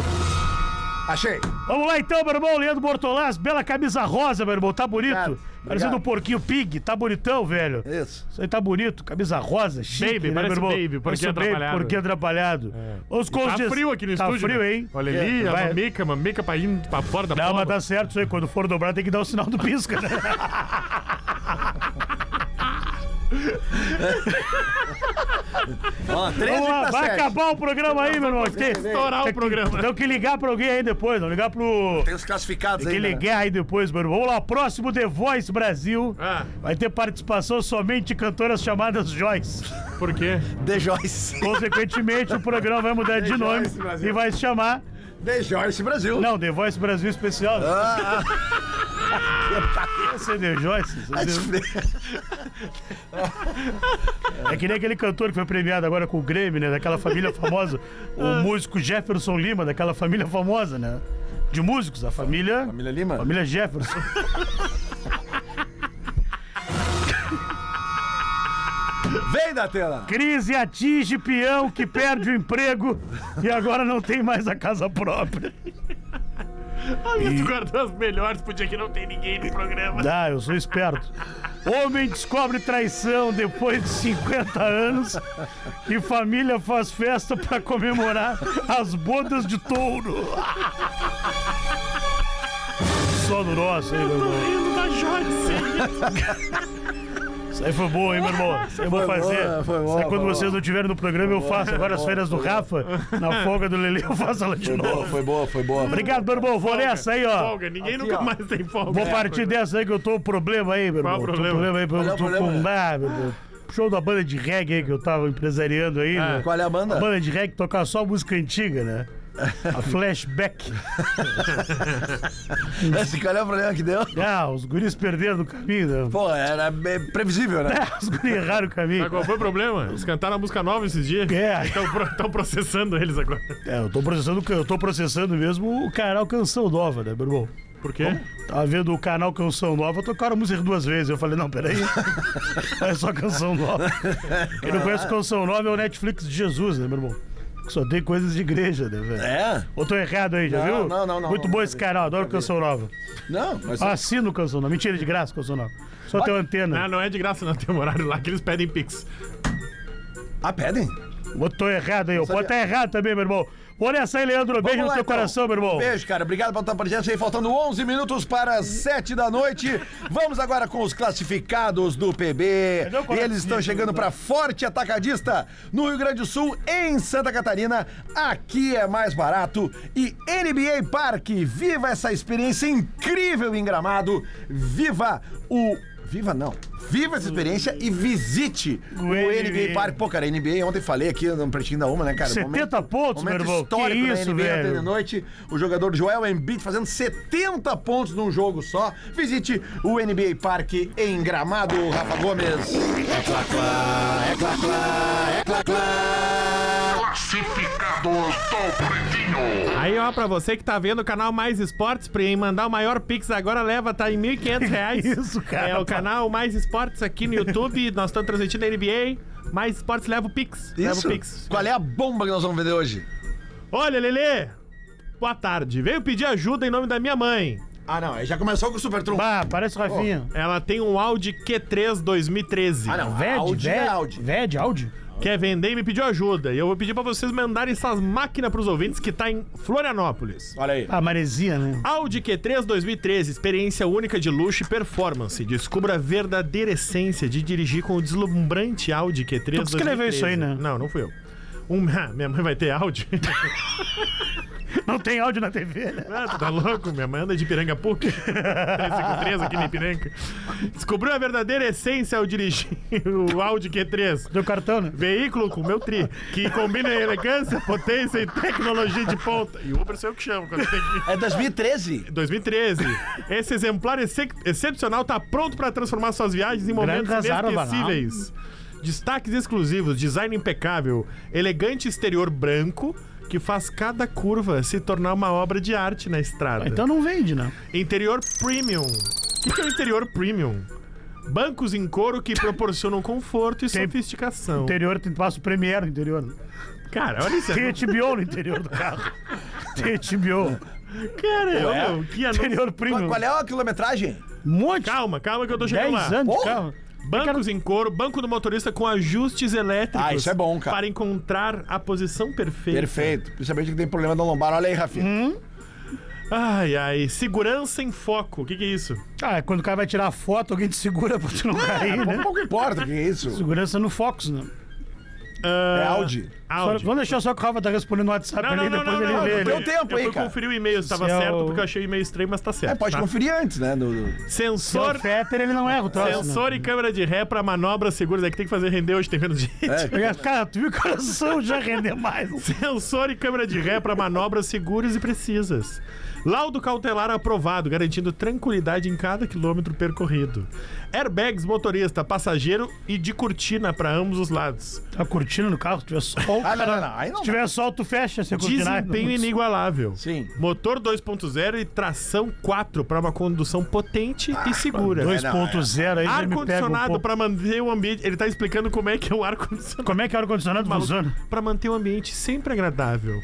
Speaker 2: Achei.
Speaker 3: Vamos lá então, meu irmão, Leandro Bortolás, bela camisa rosa, meu irmão, tá bonito.
Speaker 2: Obrigado,
Speaker 3: Parecendo
Speaker 2: obrigado.
Speaker 3: um porquinho pig, tá bonitão, velho.
Speaker 2: Isso.
Speaker 3: Isso aí tá bonito, camisa rosa, chique,
Speaker 4: Baby,
Speaker 3: né,
Speaker 4: parece
Speaker 3: meu irmão?
Speaker 4: baby, porquinho
Speaker 3: Parece
Speaker 4: atrapalhado.
Speaker 3: porquinho é atrapalhado. Os
Speaker 4: Tá
Speaker 3: conges-
Speaker 4: frio aqui no
Speaker 3: tá
Speaker 4: estúdio.
Speaker 3: frio,
Speaker 4: né?
Speaker 3: hein?
Speaker 4: Olha ali,
Speaker 3: Vai-
Speaker 4: a mica, uma mica pra ir pra fora da
Speaker 3: Não,
Speaker 4: porta.
Speaker 3: mas tá certo isso aí. Quando for dobrar, tem que dar o sinal do pisca.
Speaker 4: *laughs*
Speaker 3: né?
Speaker 4: Tá
Speaker 2: Ó, 13
Speaker 3: Vamos lá,
Speaker 2: pra
Speaker 3: vai
Speaker 2: sete.
Speaker 3: acabar o programa aí, meu irmão.
Speaker 4: Tá
Speaker 3: Tem,
Speaker 4: Estourar o programa.
Speaker 3: tem que ligar pra alguém aí depois, não ligar pro.
Speaker 2: Tem os classificados
Speaker 3: Tem
Speaker 2: aí.
Speaker 3: que
Speaker 2: né?
Speaker 3: ligar aí depois, meu irmão. Vamos lá, próximo The Voice Brasil.
Speaker 4: Ah,
Speaker 3: Vai ter participação somente de cantoras chamadas
Speaker 4: *laughs*
Speaker 3: Joyce.
Speaker 4: por quê?
Speaker 2: The Joyce. *laughs*
Speaker 3: Consequentemente, o programa vai mudar de nome
Speaker 2: Joyce Brasil.
Speaker 3: e vai se chamar.
Speaker 2: The Joyce Brasil.
Speaker 3: Não, The Voice Brasil Especial. *laughs* Ia ser The Joyce. entendeu? É que nem aquele cantor que foi premiado agora com o Grêmio, né? Daquela família famosa. o músico Jefferson Lima, daquela família famosa, né? De músicos, a família.
Speaker 2: Família Lima?
Speaker 3: Família Jefferson.
Speaker 2: Vem da tela.
Speaker 3: Crise atinge peão que perde o emprego e agora não tem mais a casa própria.
Speaker 4: Tu guardou as melhores, podia que não tem ninguém no programa.
Speaker 3: Ah, eu sou esperto. Homem descobre traição depois de 50 anos e família faz festa pra comemorar as bodas de touro. Só no nosso, hein, meu irmão?
Speaker 4: Lindo da Joyce.
Speaker 3: Isso aí foi bom, hein, meu irmão? Eu vou fazer.
Speaker 2: boa, foi boa,
Speaker 3: Sabe quando
Speaker 2: foi
Speaker 3: vocês não estiverem no programa, eu faço. Agora as férias do Rafa, na folga do Lele, eu faço ela de novo.
Speaker 2: Foi boa, foi boa.
Speaker 3: Obrigado, meu irmão. Vou nessa aí, ó.
Speaker 4: Folga, ninguém nunca
Speaker 2: ó.
Speaker 4: mais tem folga.
Speaker 3: Vou partir dessa aí que eu tô com problema aí, meu irmão.
Speaker 4: É, Qual o
Speaker 3: Tô com
Speaker 4: problema?
Speaker 3: problema aí,
Speaker 2: é
Speaker 3: eu
Speaker 2: o
Speaker 3: tô
Speaker 2: problema?
Speaker 3: com. Ah, meu Deus. Show da banda de reggae aí que eu tava empresariando aí. né?
Speaker 2: Qual é a banda?
Speaker 3: A banda de reggae tocar só música antiga, né?
Speaker 2: *laughs*
Speaker 3: A flashback.
Speaker 2: Esse qual é o problema que deu?
Speaker 3: Ah, os guris perderam o caminho, né?
Speaker 2: Pô, era é, previsível, né?
Speaker 3: *laughs* Os guris erraram o caminho.
Speaker 4: Sabe qual foi o problema? Eles cantaram a música nova esses dias.
Speaker 3: É.
Speaker 4: Estão processando eles agora.
Speaker 3: É, eu tô processando, eu tô processando mesmo o canal Canção Nova, né, meu irmão?
Speaker 4: Por quê?
Speaker 3: Tava Tá vendo o canal Canção Nova, tocaram a música duas vezes. Eu falei, não,
Speaker 4: *laughs*
Speaker 3: peraí. é só Canção Nova. Quem não conhece Canção Nova é o Netflix de Jesus, né, meu irmão? Que só tem coisas de igreja, né, velho?
Speaker 2: É?
Speaker 3: Ou tô errado aí, já
Speaker 2: Não,
Speaker 3: viu?
Speaker 2: não, não, não,
Speaker 3: Muito
Speaker 2: não,
Speaker 3: bom
Speaker 2: não
Speaker 3: esse canal, adoro Canção Nova. Ah,
Speaker 2: Não, mas.
Speaker 3: Assino Canção Nova. Mentira, de graça, Canção Nova. Só tem uma antena.
Speaker 4: Ah, não é de graça, não. Tem um horário lá que eles pedem pix.
Speaker 2: Ah, pedem?
Speaker 3: Eu tô errado aí, eu posso estar errado também, meu irmão. Olha essa aí, Leandro. Beijo
Speaker 2: Vamos
Speaker 3: no
Speaker 2: lá,
Speaker 3: teu
Speaker 2: então.
Speaker 3: coração, meu irmão.
Speaker 2: Beijo, cara. Obrigado pela tua presença aí. Faltando 11 minutos para as 7 da noite. Vamos agora com os classificados do PB.
Speaker 3: Cadê o né?
Speaker 2: E eles estão chegando para Forte Atacadista no Rio Grande do Sul, em Santa Catarina. Aqui é mais barato. E NBA Parque. Viva essa experiência incrível em Gramado. Viva o. Viva não. Viva essa experiência e visite o, NBA,
Speaker 3: NBA.
Speaker 2: Parque. Pô, cara, NBA, ontem falei aqui no Pretinho da Uma, né, cara?
Speaker 3: 70 pontos, meu irmão. Que
Speaker 2: histórico da
Speaker 3: isso,
Speaker 2: NBA ontem de
Speaker 3: velho.
Speaker 2: noite, o jogador Joel Embiid fazendo 70 pontos num jogo só. Visite o NBA Parque em Gramado, Rafa Gomes. é
Speaker 4: Aí, ó, pra você que tá vendo o canal Mais Esportes, pra em mandar o maior Pix agora leva, tá em 1.500
Speaker 3: *laughs*
Speaker 4: reais.
Speaker 3: Isso, cara.
Speaker 4: É o canal Mais Esportes aqui no YouTube, nós estamos transmitindo a NBA. Mais Esportes leva o Pix. Leva o Pix.
Speaker 2: Qual é a bomba que nós vamos vender hoje?
Speaker 4: Olha, Lelê! Boa tarde. Veio pedir ajuda em nome da minha mãe.
Speaker 2: Ah, não, aí já começou com o Super Trunfo.
Speaker 3: Bah, parece o Rafinha.
Speaker 4: Ela tem um Audi Q3 2013.
Speaker 2: Ah, não,
Speaker 3: Vede,
Speaker 2: Audi, é
Speaker 3: Vede,
Speaker 2: Audi.
Speaker 3: Vede, Audi.
Speaker 4: Quer vender e me pediu ajuda. E eu vou pedir pra vocês mandarem essas máquinas pros ouvintes que tá em Florianópolis.
Speaker 2: Olha aí.
Speaker 3: A
Speaker 2: *laughs*
Speaker 3: maresia, né?
Speaker 4: Audi Q3 2013, experiência única de luxo e performance. Descubra a verdadeira essência de dirigir com o deslumbrante Audi Q3
Speaker 3: Tu que escreveu isso aí, né?
Speaker 4: Não, não fui eu. Um, *laughs* ah, minha mãe vai ter Audi?
Speaker 3: Não tem áudio na TV, né?
Speaker 4: Ah, tu tá louco? Minha mãe anda de piranga *laughs* PUC. 353 aqui na Ipiranga. Descobriu a verdadeira essência ao dirigir o Audi Q3.
Speaker 3: Deu cartão, né?
Speaker 4: Veículo com meu tri, que combina elegância, potência e tecnologia de ponta. E o Uber sou eu que chamo quando tem que...
Speaker 2: É 2013?
Speaker 4: 2013. Esse exemplar exce- excepcional está pronto para transformar suas viagens em momentos
Speaker 3: Grande azar,
Speaker 4: inesquecíveis. Destaques exclusivos, design impecável, elegante exterior branco que faz cada curva se tornar uma obra de arte na estrada.
Speaker 3: Então não vende, né?
Speaker 4: Interior premium. O que que é o interior premium? Bancos em couro que proporcionam conforto e
Speaker 3: Tem-
Speaker 4: sofisticação.
Speaker 3: Interior tem passa o Premiere no interior. né?
Speaker 4: Cara, olha isso. é
Speaker 3: Tem HBO no interior do carro. Tem HBO.
Speaker 4: Cara, olha, o que anúncio.
Speaker 3: Interior
Speaker 2: Qual,
Speaker 3: premium.
Speaker 2: qual é a quilometragem?
Speaker 3: Um monte.
Speaker 4: Calma, calma que eu tô chegando
Speaker 3: 10
Speaker 4: lá.
Speaker 3: anos de
Speaker 2: Oh!
Speaker 3: carro.
Speaker 4: Bancos em couro, banco do motorista com ajustes elétricos.
Speaker 2: Ah, isso é bom, cara.
Speaker 4: Para encontrar a posição perfeita.
Speaker 2: Perfeito. Principalmente que tem problema da lombar. Olha aí, Rafinha.
Speaker 3: Hum.
Speaker 4: Ai, ai. Segurança em foco. O que, que é isso?
Speaker 3: Ah, quando o cara vai tirar a foto, alguém te segura pra tu não cair, né?
Speaker 2: Pouco importa o que é isso.
Speaker 3: Segurança no Fox, né?
Speaker 4: Ah,
Speaker 2: É Audi.
Speaker 3: Só,
Speaker 4: Audi.
Speaker 3: vamos deixar só que o Rafa tá respondendo no WhatsApp
Speaker 4: tipo- Não,
Speaker 3: ali,
Speaker 4: não, não,
Speaker 3: depois
Speaker 4: não,
Speaker 3: ele
Speaker 4: não,
Speaker 3: lê.
Speaker 4: não,
Speaker 3: ele.
Speaker 2: Deu tempo
Speaker 4: Eu
Speaker 2: aí,
Speaker 4: fui
Speaker 2: cara.
Speaker 4: conferir o e-mail se tava
Speaker 3: Se é
Speaker 4: certo,
Speaker 3: o-
Speaker 4: porque eu achei o e-mail estranho, mas tá certo.
Speaker 2: É, pode
Speaker 4: tá?
Speaker 2: conferir antes, né? No, no-
Speaker 3: Sensor...
Speaker 4: Sensor,
Speaker 3: O Fetter, ele não erra o troço, né?
Speaker 4: sensor e câmera de ré para manobras seguras. É que tem que fazer render hoje, tem menos gente.
Speaker 2: é.
Speaker 3: *laughs* né? Cara, tu viu que o coração já render mais.
Speaker 4: Sensor e câmera de ré para manobras seguras e precisas. Laudo cautelar aprovado, garantindo tranquilidade em cada quilômetro percorrido. Airbags motorista, passageiro e de cortina para ambos os lados.
Speaker 3: Tá curtindo no carro? Se tiver sol,
Speaker 2: Ah, não, não, não. Aí não.
Speaker 3: se tiver sol, tu fecha. Se cortinar,
Speaker 4: Desempenho
Speaker 3: não-
Speaker 4: inigualável.
Speaker 2: Sim.
Speaker 4: Motor 2.0 e tração 4 para uma condução potente e segura.
Speaker 3: 2.0 aí já me pega um
Speaker 4: Ar-condicionado
Speaker 3: pouco.
Speaker 4: para manter o ambiente. Ele tá explicando como é que é o ar-condicionado.
Speaker 3: Como é que o ar-condicionado funciona?
Speaker 4: para manter o ambiente sempre agradável.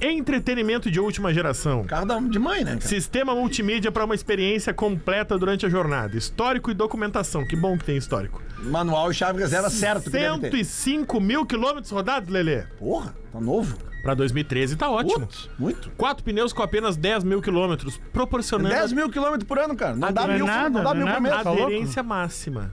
Speaker 4: Entretenimento de última geração.
Speaker 2: Carro da- de mãe, né? cara?
Speaker 4: Sistema multimídia para uma experiência completa durante a jornada. Histórico e documentação. Que bom que tem histórico.
Speaker 2: Manual e chave era certo. que deve ter.
Speaker 4: 105 mil quilômetros rodados, Lelê.
Speaker 2: Porra, tá novo.
Speaker 4: Para 2013 tá ótimo.
Speaker 2: Putz, muito.
Speaker 4: Quatro pneus com apenas 10 mil quilômetros, proporcionando
Speaker 2: 10 mil quilômetros por ano, cara. Não dá
Speaker 3: não é
Speaker 2: mil,
Speaker 3: nada,
Speaker 2: não dá
Speaker 3: não é
Speaker 2: mil por
Speaker 3: nada.
Speaker 2: mês.
Speaker 3: Tá louco?
Speaker 4: aderência máxima.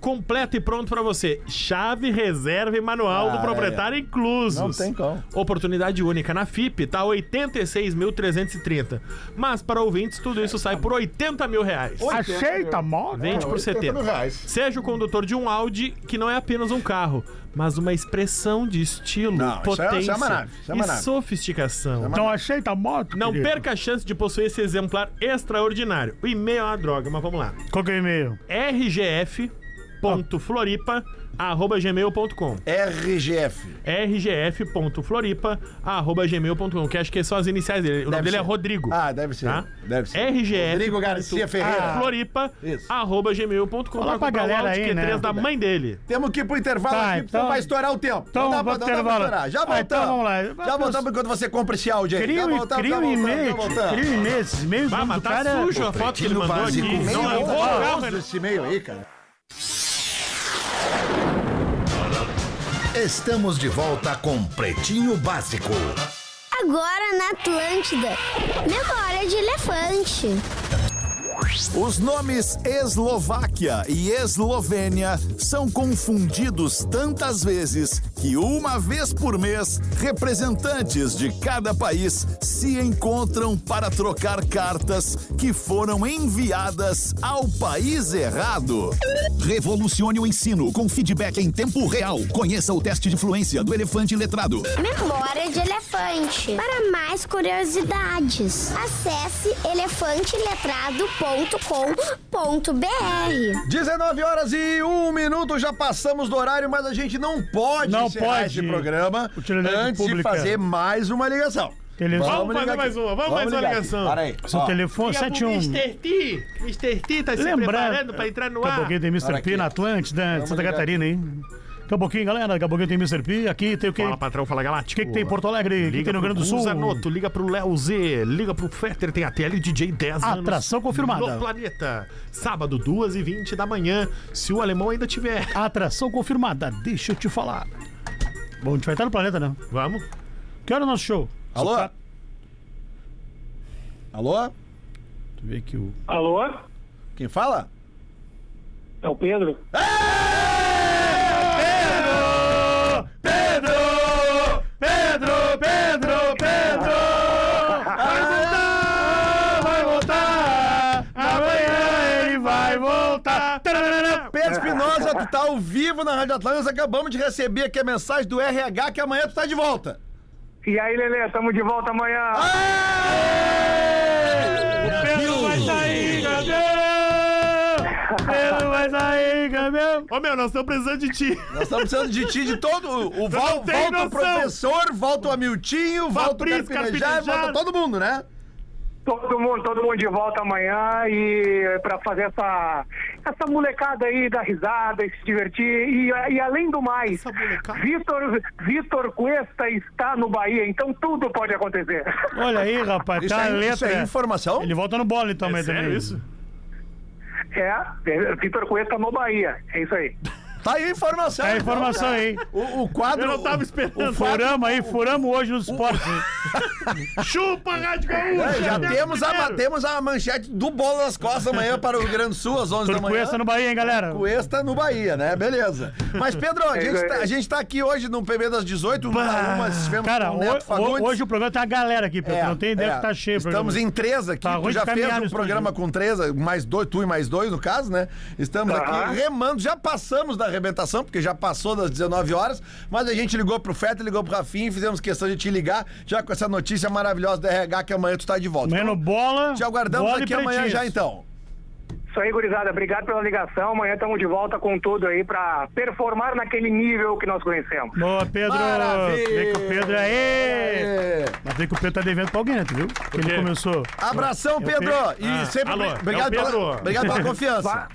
Speaker 4: Completo e pronto para você. Chave, reserva e manual
Speaker 2: Ah,
Speaker 4: do proprietário inclusos.
Speaker 2: Não tem como.
Speaker 4: Oportunidade única na FIP tá 86.330. Mas para ouvintes, tudo isso sai por 80 mil reais.
Speaker 3: Achei, tá mó.
Speaker 4: Vende por 70. Seja o condutor de um Audi que não é apenas um carro, mas uma expressão de estilo,
Speaker 2: Não, isso é-
Speaker 4: potência
Speaker 2: isso é uma nave, isso é uma
Speaker 4: e
Speaker 2: nave.
Speaker 4: sofisticação.
Speaker 3: Não achei, tá moto.
Speaker 4: Não
Speaker 3: querido.
Speaker 4: perca a chance de possuir esse exemplar extraordinário. O e-mail é uma droga, mas vamos lá.
Speaker 3: Qual que é o e-mail?
Speaker 4: rgf.floripa.gmail.com
Speaker 2: RGF.
Speaker 4: rgf.floripa.gmail.com que acho que são as iniciais dele. O nome
Speaker 2: Deve
Speaker 4: dele é
Speaker 2: ser.
Speaker 4: Rodrigo.
Speaker 2: Ah, deve ser.
Speaker 4: Tá?
Speaker 2: Deve ser.
Speaker 4: RGF.
Speaker 2: Rodrigo Garcia Ferreira. Isso.
Speaker 4: Floripa.gmail.com
Speaker 3: Fala pra galera aí,
Speaker 4: Q3
Speaker 3: né?
Speaker 4: da mãe dele.
Speaker 2: Temos que ir pro intervalo aqui,
Speaker 3: Tá,
Speaker 2: porque senão
Speaker 3: então-
Speaker 2: vai estourar o tempo.
Speaker 3: então
Speaker 2: não dá pra, não
Speaker 3: vamos pro
Speaker 2: dá pra
Speaker 3: intervalo.
Speaker 2: estourar. Já
Speaker 3: Ah,
Speaker 2: voltamos.
Speaker 3: então vamos lá.
Speaker 2: Já voltamos enquanto você compra esse áudio aí.
Speaker 3: Cria
Speaker 2: já
Speaker 3: um
Speaker 2: voltamos,
Speaker 3: cria
Speaker 2: já
Speaker 3: um
Speaker 2: voltamos,
Speaker 3: e-mail.
Speaker 2: já
Speaker 3: tio. Cria um
Speaker 2: voltamos.
Speaker 3: e-mail. Esses e-mails do
Speaker 4: Vai
Speaker 3: nome do
Speaker 4: matar
Speaker 3: cara.
Speaker 4: sujo a foto que ele
Speaker 1: Pretinho
Speaker 4: mandou aqui.
Speaker 1: Básico, meio
Speaker 4: Não limpou o carro, né?
Speaker 2: esse e-mail aí, cara.
Speaker 1: Estamos de volta com Pretinho Básico.
Speaker 8: Agora na Atlântida. Memória de elefante.
Speaker 9: Os nomes Eslováquia e Eslovênia são confundidos tantas vezes que, uma vez por mês, representantes de cada país se encontram para trocar cartas que foram enviadas ao país errado. Revolucione o ensino com feedback em tempo real. Conheça o teste de fluência do elefante letrado.
Speaker 8: Memória de elefante. Para mais curiosidades, acesse elefanteletrado.com.br.
Speaker 2: 19 horas e 1 minuto, já passamos do horário, mas a gente não pode
Speaker 3: Não
Speaker 2: encerrar
Speaker 3: pode.
Speaker 2: esse programa
Speaker 3: Utilidade
Speaker 2: antes de
Speaker 3: pública.
Speaker 2: fazer mais uma ligação.
Speaker 3: Televisão.
Speaker 4: Vamos
Speaker 2: ligar
Speaker 4: fazer mais uma, vamos mais uma
Speaker 2: ligar aqui.
Speaker 4: ligação.
Speaker 2: Para aí.
Speaker 3: Seu
Speaker 2: ó.
Speaker 3: telefone
Speaker 4: Liga pro
Speaker 3: 71.
Speaker 4: Mr. T. Mr. T tá se preparando pra entrar no
Speaker 3: Daqui a
Speaker 4: ar.
Speaker 3: pouquinho tem
Speaker 2: Olha
Speaker 3: Mr.
Speaker 2: aqui.
Speaker 3: P na Atlântida, de Santa
Speaker 2: ligar.
Speaker 3: Catarina, hein? Daqui a pouquinho, galera. Daqui a pouquinho tem Mr. P. Aqui tem o que?
Speaker 4: Fala, patrão, fala
Speaker 3: O
Speaker 4: galáctico.
Speaker 3: que, que tem em Porto Alegre? O que, que tem no Rio Grande do Sul?
Speaker 4: Zanoto, liga pro Léo Z, liga pro Fetter, tem a tele DJ 10 anos.
Speaker 3: Atração confirmada.
Speaker 4: No planeta. Sábado, 2h20 da manhã, se o alemão ainda tiver.
Speaker 3: Atração confirmada, deixa eu te falar. Bom, a gente vai estar no planeta, né?
Speaker 4: Vamos?
Speaker 3: Que hora é o nosso show?
Speaker 2: Alô? Alô?
Speaker 3: Tu vê que o.
Speaker 6: Alô?
Speaker 2: Quem fala?
Speaker 6: É o Pedro?
Speaker 2: Ah,
Speaker 3: Amanhã ele vai voltar!
Speaker 2: Pedro Espinosa, tu tá ao vivo na Rádio Atlântica. Acabamos de receber aqui a mensagem do RH que amanhã tu tá de volta.
Speaker 6: *laughs* E aí, Lelê, tamo de volta amanhã.
Speaker 3: Pedro vai sair, campeão! Pedro vai sair, campeão!
Speaker 4: Ô meu, nós estamos precisando de ti.
Speaker 2: Nós estamos precisando de ti, de todo. O Val,
Speaker 4: tenho
Speaker 2: volta o
Speaker 4: noção.
Speaker 2: professor, volta o Amiltinho, volta o
Speaker 4: Fabrício,
Speaker 2: Carpinejar,
Speaker 4: Carpinejar.
Speaker 2: volta todo mundo, né?
Speaker 6: Todo mundo, todo mundo de volta amanhã e para fazer essa essa molecada aí dar risada e se divertir e, e além do mais, Vitor Vitor Cuesta está no Bahia, então tudo pode acontecer.
Speaker 3: Olha aí, rapaz,
Speaker 2: Isso
Speaker 3: tá a
Speaker 2: é, isso
Speaker 3: letra.
Speaker 2: é informação?
Speaker 3: Ele volta no bolo então,
Speaker 4: É
Speaker 3: mas
Speaker 4: sério
Speaker 3: também.
Speaker 4: isso?
Speaker 6: É, *laughs* é, Vitor Cuesta no Bahia, é isso aí.
Speaker 2: Tá aí a informação.
Speaker 3: É
Speaker 2: então,
Speaker 3: informação
Speaker 2: né?
Speaker 3: aí.
Speaker 2: O, o quadro.
Speaker 4: Eu não tava
Speaker 2: o- o
Speaker 4: esperando.
Speaker 2: quadro-
Speaker 3: Furamos aí, furamos hoje
Speaker 2: *laughs*
Speaker 3: no esporte.
Speaker 4: Chupa, Rádio Gaúcha!
Speaker 2: É, já
Speaker 4: Deus
Speaker 2: temos a,
Speaker 4: primeiro.
Speaker 2: temos a manchete do Bola nas Costas amanhã para o Rio Grande do Sul, às 11 da manhã.
Speaker 3: Turcuesta no Bahia, hein, galera?
Speaker 2: Cuesta no Bahia, né? Beleza. Mas, Pedro, a, gente,
Speaker 6: isso
Speaker 2: tá,
Speaker 6: aí.
Speaker 2: a gente tá aqui hoje no PB das 18, uma a uma, estivemos
Speaker 3: Cara,
Speaker 2: com
Speaker 3: ho-
Speaker 2: o Neto Fagundes.
Speaker 3: ho- hoje o programa tem uma galera aqui, Pedro.
Speaker 2: É,
Speaker 3: não tem ideia
Speaker 2: é.
Speaker 3: que tá cheio. o
Speaker 2: Estamos
Speaker 3: programa.
Speaker 2: em três aqui.
Speaker 3: Tá
Speaker 2: tu
Speaker 3: ruim
Speaker 2: já
Speaker 3: de
Speaker 2: fez
Speaker 3: caminhar
Speaker 2: um
Speaker 3: no
Speaker 2: programa
Speaker 3: estúdio.
Speaker 2: com três, mais dois, tu e mais dois, no caso, né? Estamos
Speaker 6: Aham.
Speaker 2: aqui remando. Já passamos da arrebentação, porque já passou das 19 horas, mas a gente ligou pro Feta, ligou pro Rafinha e fizemos questão de te ligar, já com essa notícia maravilhosa do RH, que amanhã tu tá de volta.
Speaker 3: Amanhã no
Speaker 2: Então,
Speaker 3: bola.
Speaker 2: te aguardamos
Speaker 3: bola e
Speaker 2: aqui amanhã
Speaker 3: pretinhos.
Speaker 2: já, então.
Speaker 6: Isso aí, gurizada, obrigado pela ligação. Amanhã estamos de volta com tudo aí para performar naquele nível que nós conhecemos.
Speaker 3: Boa, Pedro.
Speaker 2: Maravilha.
Speaker 3: Vem com o Pedro aí. Mas vem que o Pedro tá devendo pra alguém, né, tu viu? Porque ele
Speaker 4: quê?
Speaker 3: começou.
Speaker 2: Abração, Pedro! E
Speaker 4: Ah,
Speaker 2: sempre.
Speaker 4: alô, é o
Speaker 2: obrigado,
Speaker 4: Pedro.
Speaker 2: Pela, obrigado pela confiança.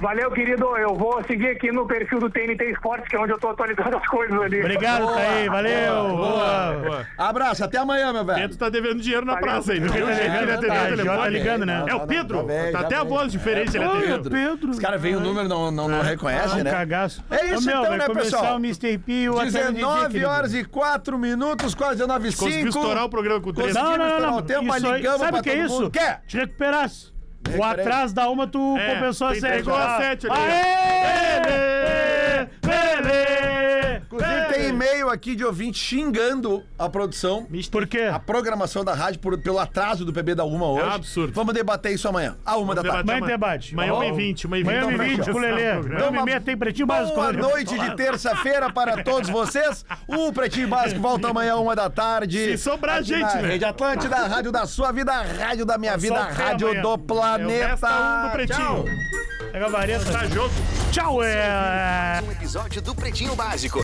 Speaker 6: Valeu, querido. Eu vou seguir aqui no perfil do TNT Esportes, que é onde eu tô atualizando as coisas ali.
Speaker 3: Obrigado,
Speaker 2: Boa,
Speaker 3: Thaí. Valeu. Boa.
Speaker 2: Abraço, até amanhã, meu velho.
Speaker 4: Pedro tá devendo dinheiro na praça aí. Não tem um jeito que ele atender
Speaker 3: tá,
Speaker 4: o telefone.
Speaker 3: tá ligando, né?
Speaker 4: É o Pedro.
Speaker 2: Tá bem,
Speaker 4: Tá
Speaker 2: tá
Speaker 4: até a
Speaker 2: bem.
Speaker 4: voz diferente ele atendeu.
Speaker 3: Pedro. É.
Speaker 2: Os caras veem o número, não, não, não reconhecem,
Speaker 3: Um
Speaker 2: né?
Speaker 3: cagaço.
Speaker 2: É isso
Speaker 3: Ô, meu,
Speaker 2: então,
Speaker 3: vai
Speaker 2: né,
Speaker 3: começar
Speaker 2: pessoal?
Speaker 3: o Mr. P, o Ateliê de
Speaker 2: 19
Speaker 3: Dick,
Speaker 2: horas e 4 minutos, quase 19 h
Speaker 4: Conseguiu
Speaker 2: 5.
Speaker 4: estourar o programa com três.
Speaker 2: Não,
Speaker 3: Não, não,
Speaker 2: Estourar
Speaker 3: não.
Speaker 2: o tempo,
Speaker 3: não.
Speaker 2: mas
Speaker 3: Isso aí,
Speaker 2: ligamos
Speaker 3: sabe
Speaker 2: pra
Speaker 3: o que é
Speaker 2: todo mundo.
Speaker 3: isso?
Speaker 2: Quer?
Speaker 3: Te recuperasse. O
Speaker 2: Recuperei.
Speaker 3: atrás da uma, tu compensou a
Speaker 4: É, tem-
Speaker 3: série.
Speaker 4: pegou a sete ali.
Speaker 3: Aê! Belê!
Speaker 2: Inclusive, tem e-mail aqui de ouvinte xingando a produção.
Speaker 3: Por quê?
Speaker 2: A programação da rádio por- pelo atraso do PB da
Speaker 3: É
Speaker 2: Uma hoje.
Speaker 4: absurdo.
Speaker 2: Vamos debater isso amanhã, a uma da tarde.
Speaker 3: Amanhã debate.
Speaker 4: Tá, Amanhã é
Speaker 3: Ó,
Speaker 4: 1h20.
Speaker 3: Amanhã me vinte com o Lelê. Amanhã é me meia tem pretinho básico.
Speaker 2: Boa
Speaker 3: né?
Speaker 2: noite de terça-feira para todos vocês. O Pretinho Básico volta amanhã, uma da tarde.
Speaker 4: Se sobrar
Speaker 2: Aqui
Speaker 4: gente,
Speaker 2: na
Speaker 4: né?
Speaker 2: Rede Atlântida, a rádio da sua vida, a rádio da minha vida, a
Speaker 3: até
Speaker 2: rádio
Speaker 3: amanhã.
Speaker 4: É
Speaker 2: do planeta.
Speaker 4: Resta um do Pretinho.
Speaker 3: Pega a vareta.
Speaker 4: Tá jogo.
Speaker 3: É Tchau, é.
Speaker 10: Um episódio do Pretinho Básico.